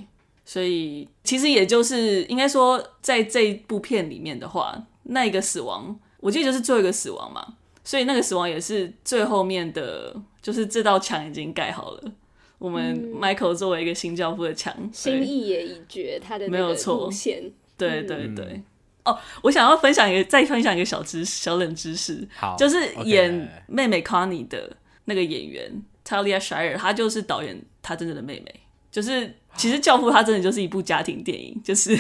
S3: 所以其实也就是应该说，在这一部片里面的话，那一个死亡，我记得就是最后一个死亡嘛，所以那个死亡也是最后面的，就是这道墙已经盖好了。我们 Michael 作为一个新教父的墙，对
S2: 嗯心意也已决，他的那
S3: 没有
S2: 个
S3: 错
S2: 路线，
S3: 对对对。哦，我想要分享一个，再分享一个小知小冷知识，
S4: 好
S3: 就是
S4: ，OK
S3: 演妹妹 Connie 的那个演员 Talia Shire，她就是导演她真正的妹妹，就是。其实《教父》它真的就是一部家庭电影，就是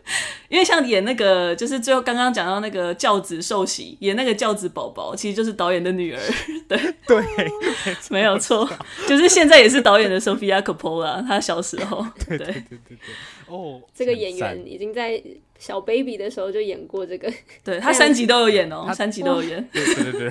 S3: 因为像演那个，就是最后刚刚讲到那个教子受洗，演那个教子宝宝，其实就是导演的女儿，
S4: 对，
S3: 没有错，就是现在也是导演的 Sophia Coppola，她小时 候，对
S4: 哦，
S2: 这个演
S4: 很赞
S2: 员已经在小 baby 的时候就演过这个，
S3: 对，她三集都有演哦、
S4: 她
S3: 三集都有演，
S4: 对对对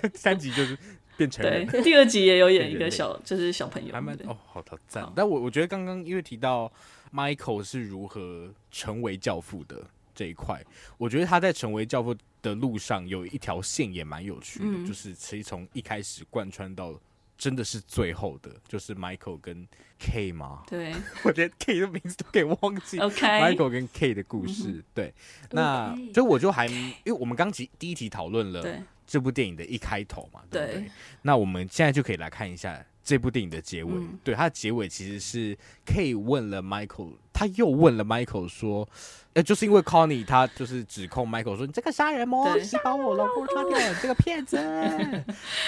S4: 对，三集就是变成人
S3: 对，，第二集也有演一
S4: 对对
S3: 个
S4: 对
S3: 小，就是小朋友，
S4: 还蛮
S3: 对
S4: 哦，好好赞
S3: 好。
S4: 但我我觉得刚刚因为提到 Michael 是如何成为教父的这一块，我觉得他在成为教父的路上有一条线也蛮有趣的，
S3: 嗯
S4: 就是其实从一开始贯穿到真的是最后的，就是 Michael 跟 K 嘛，
S3: 对
S4: 我连 K 的名字都给忘记。
S3: ，OK，嗯
S4: Michael 跟 K 的故事，对，那所以我就还，因为我们刚集第一题讨论了
S3: 对，
S4: 这部电影的一开头嘛，对不对？
S3: 对
S4: 那我们现在就可以来看一下这部电影的结尾。
S3: 嗯
S4: 对，它的结尾其实是 K 问了 Michael，他又问了 Michael 说，呃，就是因为 Connie 他就是指控 Michael 说你这个杀人魔，
S3: 对
S4: 你把我老公杀掉了，你这个骗 子。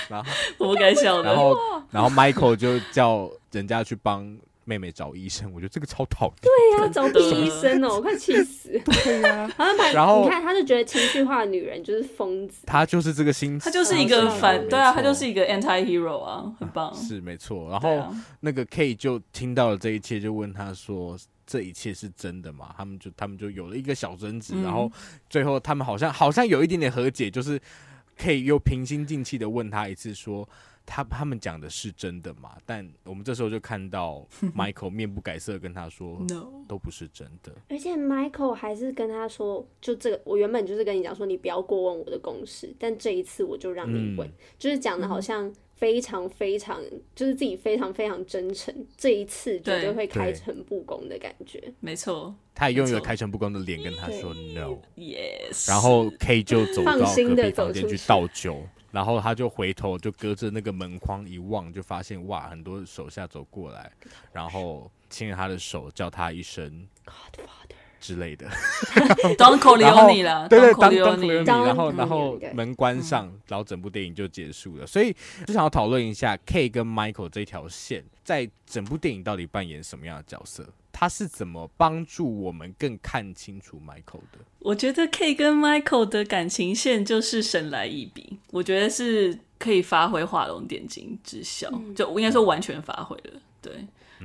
S4: 然后，
S3: 我不该笑
S4: 然
S3: 的，
S4: 后，然后 Michael 就叫人家去帮妹妹找医生，我觉得这个超讨厌。
S2: 对呀、找 B 医生哦，我快气死！
S4: 对呀、
S2: 然后把
S4: 然后
S2: 你 看，他就觉得情绪化的女人就是疯子，
S4: 他就是这个心，
S3: 他就是一
S2: 嗯
S3: 个
S2: 是
S3: 反，
S4: 没
S3: 对啊，
S4: 错
S3: 他就是一个 anti hero 啊，很棒，
S4: 是没错。然
S3: 对
S4: 后
S3: 啊。
S4: 那个 K 就听到了这一切，就问他说：“这一切是真的吗？”他们就他们就有了一个小争执，
S3: 嗯
S4: 然后最后他们好像好像有一点点和解，就是 K 又平心静气的问他一次说。他他们讲的是真的吗？但我们这时候就看 到 Michael 面不改色地跟他说
S3: No，
S4: 都不是真的。
S2: 而且 Michael 还是跟他说，就这个，我原本就是跟你讲说，你不要过问我的公式，但这一次我就让你问，
S4: 嗯
S2: 就是讲的好像非常非常，就是自己非常非常真诚，这一次绝对
S3: 对
S2: 会开
S4: 对
S2: 诚布公的感觉。
S3: 没错
S4: 他也用一个
S3: 没错
S4: 开诚布公的脸跟他说 “no”，
S3: ，Yes。
S4: 然后 K 就走到
S2: 放
S4: 隔
S2: 心地
S4: 壁房
S2: 走
S4: 间
S2: 出
S4: 去
S2: 去
S4: 倒酒，然后他就回头就隔着那个门框一望，就发现哇，很多手下走过来，然后牵着他的手叫他一声
S2: Godfather，
S4: 之类的，
S3: Don
S4: 然后
S3: Corleone 啦，
S4: 对对，
S3: Don
S4: 当当 c
S3: Corleone，
S2: Don
S4: 然后然
S2: Corleone，
S4: 后
S2: 对
S4: 门关上，
S2: 嗯
S4: 然后整部电影就结束了。所以就想要讨论一下 K 跟 Michael 这条线在整部电影到底扮演什么样的角色？他是怎么帮助我们更看清楚 Michael 的？
S3: 我觉得 K 跟 Michael 的感情线就是神来一笔，我觉得是可以发挥画龙点睛之效，就应该说完全发挥了。对，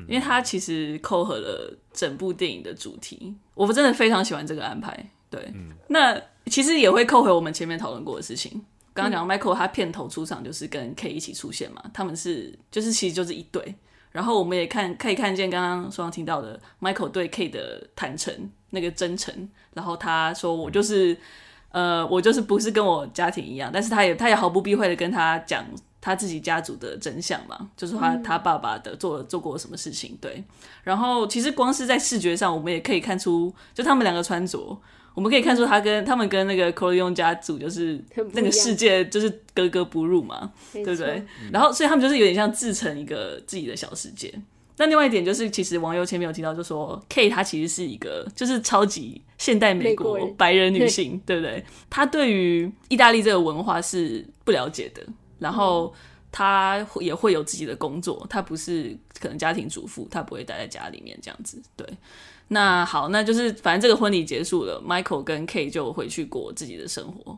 S3: 因为它其实扣合了整部电影的主题，我真的非常喜欢这个安排。对，那其实也会扣回我们前面讨论过的事情。刚刚讲 Michael 他片头出场就是跟 K 一起出现嘛，他们是就是其实就是一对。然后我们也看可以看见刚刚双方听到的 Michael 对 K 的坦诚，那个真诚。然后他说我就是呃我就是不是跟我家庭一样，但是他也他也毫不避讳的跟他讲他自己家族的真相嘛，就是他、
S2: 嗯
S3: 他爸爸的做了做过什么事情对。然后其实光是在视觉上，我们也可以看出，就他们两个穿着，我们可以看出他跟他们跟那个 Corleone 家族就是
S2: 很不一样
S3: 那个世界就是格格不入嘛，
S2: 对
S3: 对不对？？然后所以他们就是有点像自成一个自己的小世界。那另外一点就是，其实网友前面有提到，就说 K 她其实是一个就是超级现代美
S2: 美国
S3: 国
S2: 人
S3: 白人女性，对不对？她对于意大利这个文化是不了解的，然后她会也会有自己的工作，她不是可能家庭主妇，她不会待在家里面这样子，对。那好，那就是反正这个婚礼结束了，Michael 跟 K 就回去过自己的生活。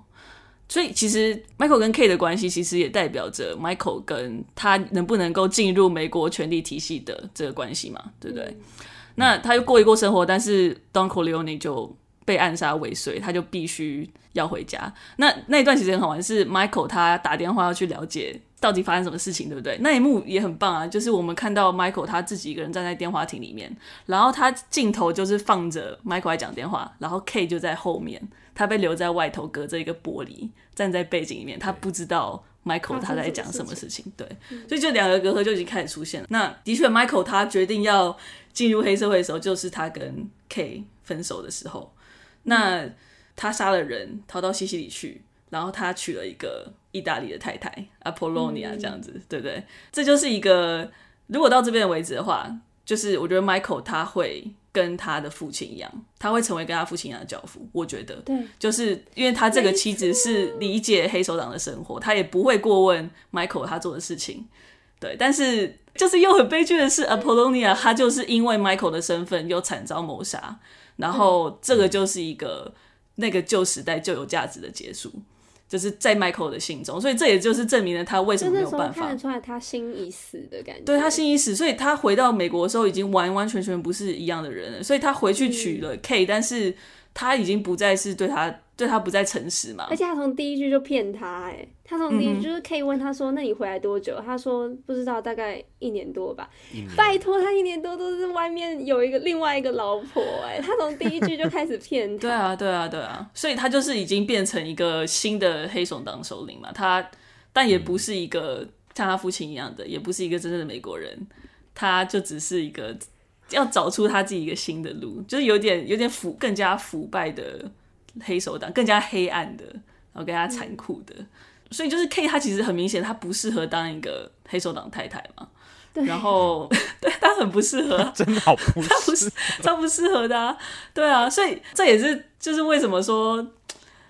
S3: 所以其实 Michael 跟 K 的关系，其实也代表着 Michael 跟他能不能够进入美国权力体系的这个关系嘛，对不对？那他又过一过生活，但是 Don Corleone 就被暗杀未遂，他就必须要回家。那那一段其实很好玩，是 Michael 他打电话要去了解到底发生什么事情，对不对？那一幕也很棒啊，就是我们看到 Michael 他自己一个人站在电话亭里面，然后他镜头就是放着 Michael 在讲电话，然后 K 就在后面，他被留在外头，隔着一个玻璃站在背景里面，他不知道 Michael 他在讲什么事情。对，所以就两个隔阂就已经开始出现了。那的确，Michael 他决定要进入黑社会的时候，就是他跟 K 分手的时候。那他杀了人，逃到西西里去，然后他娶了一个意大利的太太 Apollonia，这样子，对不对？这就是一个，如果到这边为止的话，就是我觉得 Michael 他会跟他的父亲一样，他会成为跟他父亲一样的教父。我觉得，
S2: 对，
S3: 就是因为他这个妻子是理解黑手党的生活，他也不会过问 Michael 他做的事情，对。但是就是又很悲剧的是，Apollonia 他就是因为 Michael 的身份又惨遭谋杀，然后这个就是一个那个旧时代旧有价值的结束，就是在 Michael 的心中，所以这也就是证明了他为什
S2: 就
S3: 么没
S2: 那
S3: 有
S2: 时候
S3: 办法
S2: 看得出来他心已死的感觉，
S3: 对他心已死，所以
S2: 嗯
S3: 他回到美国的时候已经完完全全不是一样的人了。所以他回去娶了 K，、但是他已经不再是对他对他不再诚实嘛
S2: 而。且他从第一句就骗他、哎，他从
S3: 嗯
S2: 第一句就是可以问他说：“那你回来多久？”他说：“不知道，大概一年多吧。” 拜托，他一年多都是外面有一个另外一个老婆、哎，他从第一句就开始骗他。
S3: 对啊，对啊，对啊，所以他就是已经变成一个新的黑手党首领嘛。他但也不是一个像他父亲一样的，也不是一个真正的美国人，他就只是一个要找出他自己一个新的路，就是有点有点腐更加腐败的黑手党，更加黑暗的，然后更加残酷的。所以就是 K，他其实很明显，他不适合当一个黑手党太太嘛。
S2: 对
S3: 然后， 对他很不适合啊，
S4: 真的好不
S3: 他不
S4: 是
S3: 是超不适合的、啊，对啊，所以这也是就是为什么说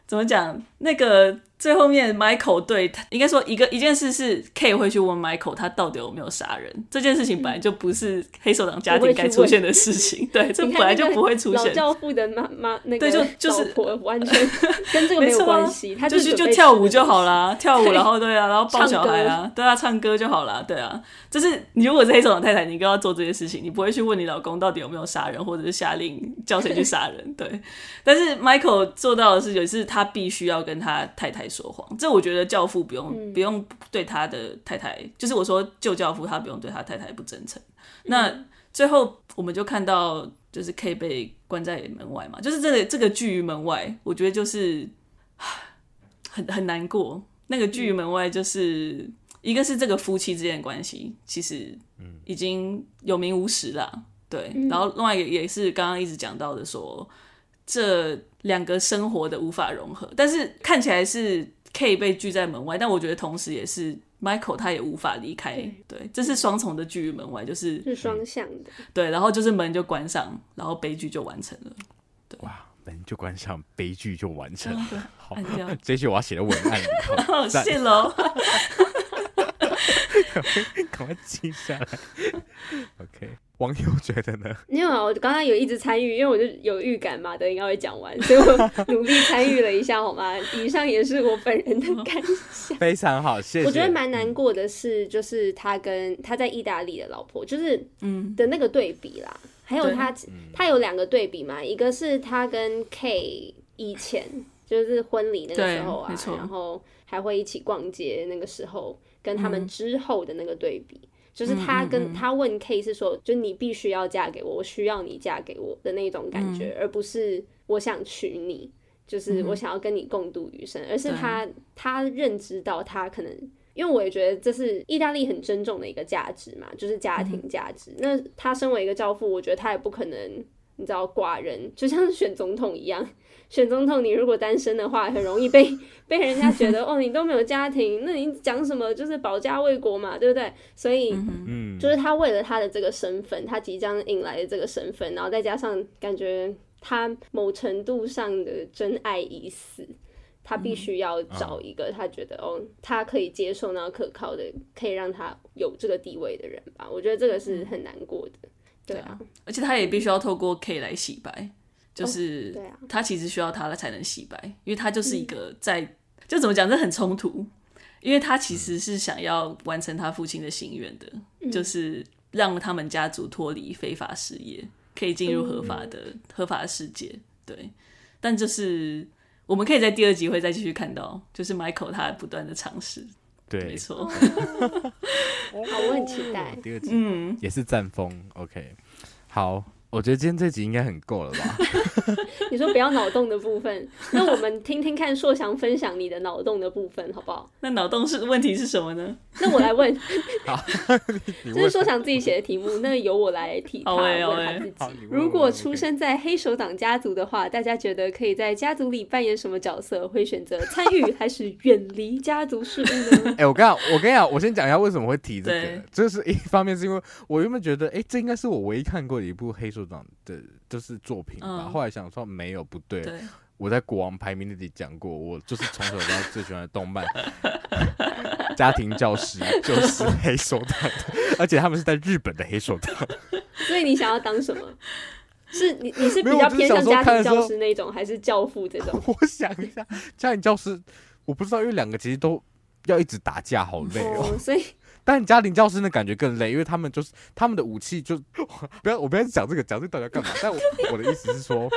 S3: 怎么讲那个最后面 Michael 对他应该说一个一件事是 K 会去问 Michael 他到底有没有杀人这件事情本来就不是黑手党家庭该出现的事情，对，这
S2: 你
S3: 本
S2: 看
S3: 来
S2: 那
S3: 就
S2: 个
S3: 不会出
S2: 老
S3: 现，
S2: 教父的妈妈那个
S3: 对就就是
S2: 老婆完 全跟这个没有
S3: 错啊
S2: 关系，他
S3: 就
S2: 去
S3: 去就跳舞就 好。啦，跳舞
S2: 对
S3: 然后对啊，然后抱
S2: 唱
S3: 小孩啊，对啊，唱歌就好啦，对啊，就是你如果是黑手党太太，你更要做这些事情，你不会去问你老公到底有没有杀人，或者是下令叫谁去杀 人，对。但是 Michael 做到的事情是他必须要跟他太太说谎，这我觉得教父不用、
S2: 嗯
S3: 不用对他的太太，就是我说旧教父他不用对他太太不真诚。
S2: 嗯
S3: 那最后我们就看到就是 K 被关在门外嘛，就是这个这个拒于门外，我觉得就是很很难过。那个拒于门外，就是一个是这个夫妻之间的关系，其实已经有名无实了。对，然后另外一个也是刚刚一直讲到的说这两个生活的无法融合，但是看起来是 K 被拒在门外，但我觉得同时也是 Michael 他也无法离开，对，这是双重的拒于门外，就是
S2: 是双向的，
S3: 对，然后就是门就关上，然后悲剧就完成了，
S4: 哇，门就关上，悲剧就完成
S2: 嗯
S4: 了。好
S3: 按 掉，
S4: 这句我要写在文案里头，
S3: 哦，
S4: 哦赞
S3: 谢喽。
S4: 赶快记下来。OK，网友觉得呢？
S2: 因为我刚刚有一直参与，因为我就有预感马德应该会讲完，所以我努力参与了一下，好吗？以上也是我本人 的感想。
S4: 非常好，谢谢。
S2: 我觉得蛮难过的是，就是他跟他在意大利的老婆，就是
S3: 嗯
S2: 的那个对比啦，还有
S3: 对
S2: 他他有两个对比嘛，一个是他跟 K 以前就是婚礼那个
S3: 对
S2: 时候啊
S3: 没，错
S2: 然后还会一起逛街那个时候，跟他
S3: 嗯
S2: 们之后的那个对比。就是他跟、他问 K 是说，就你必须要嫁给我，我需要你嫁给我的那种感觉，而不是我想娶你，就是我想要跟你共度余生，而是
S3: 对
S2: 他他认知到他可能因为我也觉得这是意大利很珍重的一个价值嘛，就是家庭价值。那他身为一个教父，我觉得他也不可能，你知道，寡人就像选总统一样，选总统你如果单身的话，很容易被被人家觉得哦，你都没有家庭，那你讲什么就是保家卫国嘛，对不对？所以。
S4: 嗯，
S2: 就是他为了他的这个身份，他即将迎来的这个身份，然后再加上感觉他某程度上的真爱已死，他
S3: 嗯
S2: 必须要找一
S3: 啊
S2: 个他觉得、哦，他可以接受然后可靠的，可以让他有这个地位的人吧。我觉得这个
S3: 嗯
S2: 是很难过的。对啊，
S3: 而且他也必须要透过 K 来洗白，就是
S2: 对啊 嗯
S3: 他其实需要他来才能洗白，因为他就是一个在、就怎么讲，这很冲突，因为他其实是想要完成他父亲的心愿的，
S2: 嗯
S3: 就是让他们家族脱离非法事业，可以进入合法的、
S2: 嗯
S3: 合法的世界。对，但就是我们可以在第二集会再继续看到，就是 Michael 他不断的尝试，没
S4: 对，哦
S3: 错，
S2: 哦好，我很期待。
S4: 第二集
S3: 嗯，
S4: 也是战风。OK，好，我觉得今天这集应该很够了 吧？
S2: 你说不要脑洞的部分，那我们听听看硕翔分享你的脑洞的部分，好不好？
S3: 那脑洞是问题是什么呢？
S2: 那我来 问，
S4: 你
S2: 这是说想自己写的题目，那由我来替他
S3: 好欸好
S2: 问
S3: 欸
S2: 他自己。
S4: 你问
S2: 如
S4: 我
S2: 果
S4: 我
S2: 出
S4: 可以
S2: 生在黑手党家族的话，大家觉得可以在家族里扮演什么角色？会选择参与还是远离家族事 务呢？
S4: 哎、我跟你讲，我跟你讲，我先讲一下为什么会提这个
S3: 对。
S4: 这是一方面是因为我原本觉得，哎、这应该是我唯一看过的一部黑手党的，就是作品吧。
S3: 嗯
S4: 后来想说没有，不对，
S3: 对，
S4: 我在国王排名那里讲过，我就是从小到大最喜欢的动漫家庭教师就是黑手党的，而且他们是在日本的黑手党。
S2: 所以你想要当什么？是你你是
S4: 没
S2: 比
S4: 有
S2: 较
S4: 我只是
S2: 偏向
S4: 想说
S2: 家
S4: 看
S2: 庭
S4: 的时候
S2: 教师那种，还是教父这种？
S4: 我想一下，家庭教师，我不知道，因为两个其实都要一直打架，好累哦。
S2: 哦，所以
S4: 但家庭教师那感觉更累，因为他们就是 他们的武器就不要我不要讲这个，讲这个到底要干嘛？但我我的意思是说，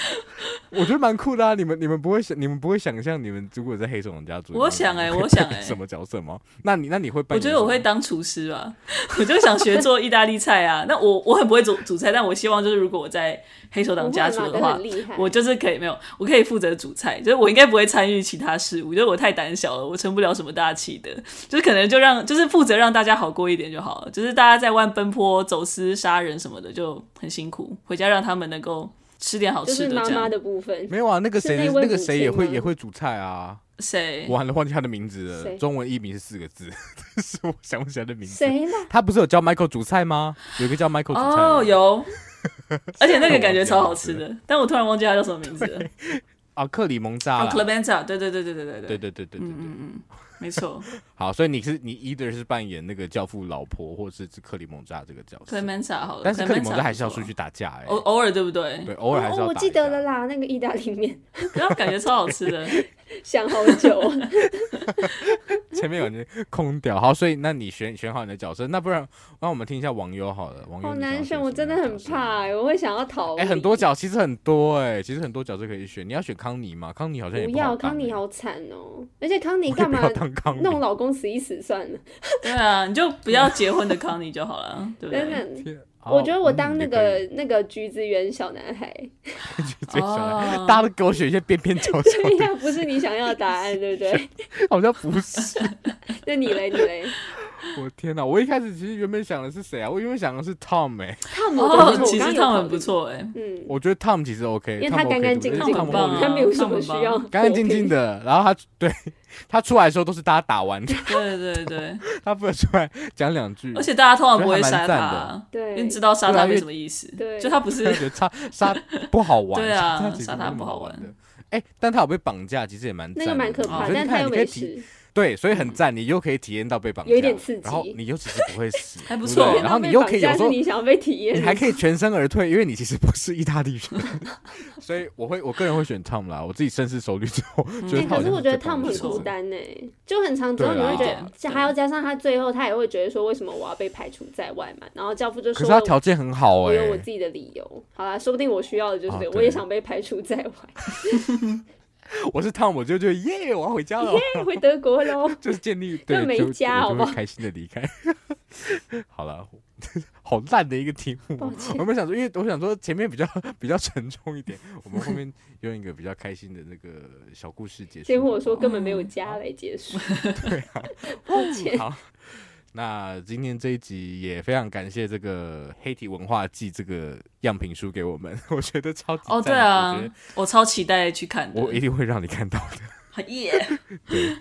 S4: 我觉得蛮酷的啊！你们你们不会想你们不会想象你们如果在黑手党家族，
S3: 我想哎
S4: 哎、
S3: 我想哎
S4: 什么角色吗？那你那你会扮
S3: 我
S4: 演
S3: 觉
S4: 什么？
S3: 得我会当厨师吧， 我就想学做意大利菜啊。那我我很不会煮煮菜，但我希望就是如果我在黑手党家
S2: 不会
S3: 族
S2: 嘛
S3: 的
S2: 都
S3: 话
S2: 很，厉害
S3: 我就是可以没有，我可以负责煮菜，就是我应该不会参与其他事务，就是我太胆小了，我成不了什么大器的，就是可能就让就是负责让大家好过一点就好了，就是大家在外奔波、走私、杀人什么的就很辛苦，回家让他们能够吃点好
S2: 就
S3: 吃
S2: 是
S3: 的
S2: 妈
S3: 这
S2: 妈
S3: 样。
S2: 的部分
S4: 没有啊，那个
S2: 是
S4: 谁
S2: 那
S4: 的
S2: 位
S4: 那个
S2: 母
S4: 谁也
S2: 亲
S4: 会
S2: 吗
S4: 也会煮菜啊，
S3: 谁？
S4: 我还忘记他的名字了，
S2: 谁
S4: 中文译名是四个字，但是我想不起来他的名字。
S2: 谁啦？
S4: 他不是有教 Michael 煮菜吗？有一个叫 Michael 煮菜的
S3: 哦， 有，而且那个感觉超好吃
S4: 我忘
S3: 的，但我突然忘记他叫什么名字了。
S4: 啊，克里蒙扎
S3: 哦
S4: 啦
S3: c l e m e n z a 对对对对对对
S4: 对对对对对对，
S3: 没错
S4: 好，所以你是你 either 是扮演那个教父老婆，或者是克里蒙扎这个角色，
S3: ，Clemenza 好了，
S4: 但是克里蒙
S3: Clemenza
S4: 扎还是要
S3: 不错
S4: 出去打架哎、
S3: 偶偶尔对不对？
S4: 对，偶尔还是要
S2: 哦哦，我
S4: 打
S2: 记
S4: 一
S2: 得
S4: 下
S2: 了 啦，那个意大利面
S3: 然后感觉超好吃 的，
S2: 想好久，
S4: 前面有人空掉，好，所以那你选选好你的角色，那不然让我们听一下网友好了，网友
S2: 好
S4: 你想要
S2: 难
S4: 选
S2: 选，我
S4: 什
S2: 真
S4: 么
S2: 的
S4: 样
S2: 很
S4: 角色
S2: 怕、欸，我会想要逃离。
S4: 哎、很多角其实很多哎、其实很多角色可以选，你要选康妮吗？康妮好像也
S2: 不
S4: 好
S2: 要
S4: 当
S2: 康妮
S4: 哎，
S2: 好惨哦，而且康妮
S4: 我也
S2: 干
S4: 不
S2: 嘛
S4: 要当康妮，
S2: 弄老公死一死算了？
S3: 对啊，你就不要结婚的康妮就好了，对不
S2: 等
S3: 对？
S2: 等，
S4: 天
S2: 我觉得我
S4: 哦
S2: 当
S4: 啊嗯
S2: 那
S4: 也可
S2: 个
S4: 以
S2: 那个橘子园小男 孩，
S4: 最喜欢
S3: 哦
S4: 大家都给我选一些边边角角
S2: 对呀，不是你想要的答案，对不 对？
S4: 的，好像不是。
S2: 那你嘞，你 嘞，
S4: 我天哪！我一开始其实原本想的是谁啊？我原本想的是 Tom 哎、
S2: 汤姆
S3: 哦，
S2: 不错，
S3: 其
S2: 我刚刚有
S3: 实他
S2: 考
S3: 们
S2: 虑
S3: 不，错哎，
S2: 嗯，
S4: 我觉得 Tom 其实 OK，
S2: 因为他
S4: Tom
S2: 干
S4: OK，对
S2: 干净
S4: 不对
S2: 净
S3: 他
S2: 的，
S4: ，Tom
S3: 很
S4: OK
S3: 棒啊
S2: 他没有什么需要，
S4: 干干净净。的，然后他对他出来的时候都是大家打完，
S3: 对对对，
S4: 他不能出来讲两句，
S3: 而且大家通常不会杀
S4: 嗯觉得还蛮
S3: 他，
S2: 对
S3: 因为知道杀
S4: 对啊
S3: 他
S4: 因为
S3: 没什么意思，
S2: 对
S3: 就他不是
S4: 他觉得杀杀不好玩，
S3: 对啊
S4: 杀其实
S3: 杀
S4: 没
S3: 他
S4: 那么
S3: 不好
S4: 好
S3: 玩
S4: 的。哎、但他有被绑架，其实也蛮
S2: 那
S4: 赞
S2: 个
S4: 的
S2: 蛮可
S4: 哦
S2: 怕，
S4: 所以
S2: 但
S4: 你
S2: 是
S4: 看
S2: 他又
S4: 你可以
S2: 没
S4: 体
S2: 事，
S4: 对，所以很赞，你又可以体验到被绑架，
S2: 有一点刺激
S4: 然后你又其实不会死，
S3: 还不
S4: 对
S3: 错
S4: 对然后你又可以有时候
S2: 你想要被体验
S4: 你，还可以全身而退，因为你其实不是意大 利人，所以我会我个人会选 Tom 啦。我自己深思熟虑 之后，觉
S2: 哎、
S3: 嗯
S4: 得他好
S2: 可是
S4: 像
S2: 我觉
S4: 最
S2: 得
S4: 棒
S2: 汤姆
S4: 的
S2: 很
S4: 选择
S2: 孤单呢、就很长之后
S4: 对啊
S2: 你
S4: 啦
S2: 会觉
S3: 有一
S2: 得，
S3: 点
S2: 加还要加上他最后他也会觉得说，为什么我要被排除在外嘛？然后教父就
S4: 可
S2: 说
S4: 是他条件很好
S2: 我
S4: 哎、
S2: 有我自己的理由。好啦，说不定我需要的就是、
S4: 啊对
S2: 我也想被排除在外，
S4: 我是 Tom，我就觉得耶，我要回家了，
S2: 耶，回德国 喽。
S4: 就是建立对，
S2: 没
S4: 就
S2: 家
S4: 我
S2: 好
S4: 就
S2: 不
S4: 会
S2: 好
S4: 开心的 离开。好了， 好烂的一个题 目
S2: 抱
S4: 哦，
S2: 歉
S4: 我们想说，因为我想说前面比较 比较沉重一点，我们后面用一个比较开心的那个小故事结束。
S2: 结果我说根本没有家来结束，抱 歉，
S4: 好，那今天这一集也非常感谢这个黑体文化寄这个样品书给我们， 我觉得超级
S3: 哦，
S4: 赞
S3: 对
S4: 的
S3: 啊
S4: 我觉得，
S3: 我超期待去看的，
S4: 我一定会让你看到的。
S3: 耶，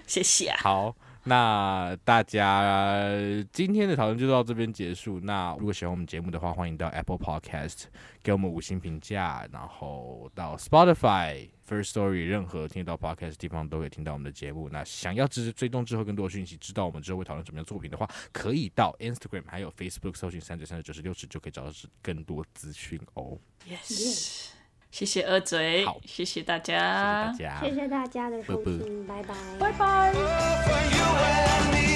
S3: 谢谢 啊，
S4: 好，那大家今天的讨论就到这边结束。那如果喜欢我们节目的话，欢迎到 Apple Podcast 给我们五星评价，然后到 Spotify。First Story 任何听得到 podcast 的地方都可以听到我们的节目。那想要知追踪之后更多的讯息，知道我们之后会讨论什么样的作品的话，可以到 Instagram 还有 Facebook 搜寻三九三九九十六十就可以找到更多资讯哦。
S3: Yes 谢谢二嘴
S4: 好，
S3: 谢谢大
S4: 谢谢
S3: 家
S4: 大，家，
S2: 谢谢大家的收
S4: 不不
S2: 听，拜拜，
S3: 拜拜。
S6: for you and me.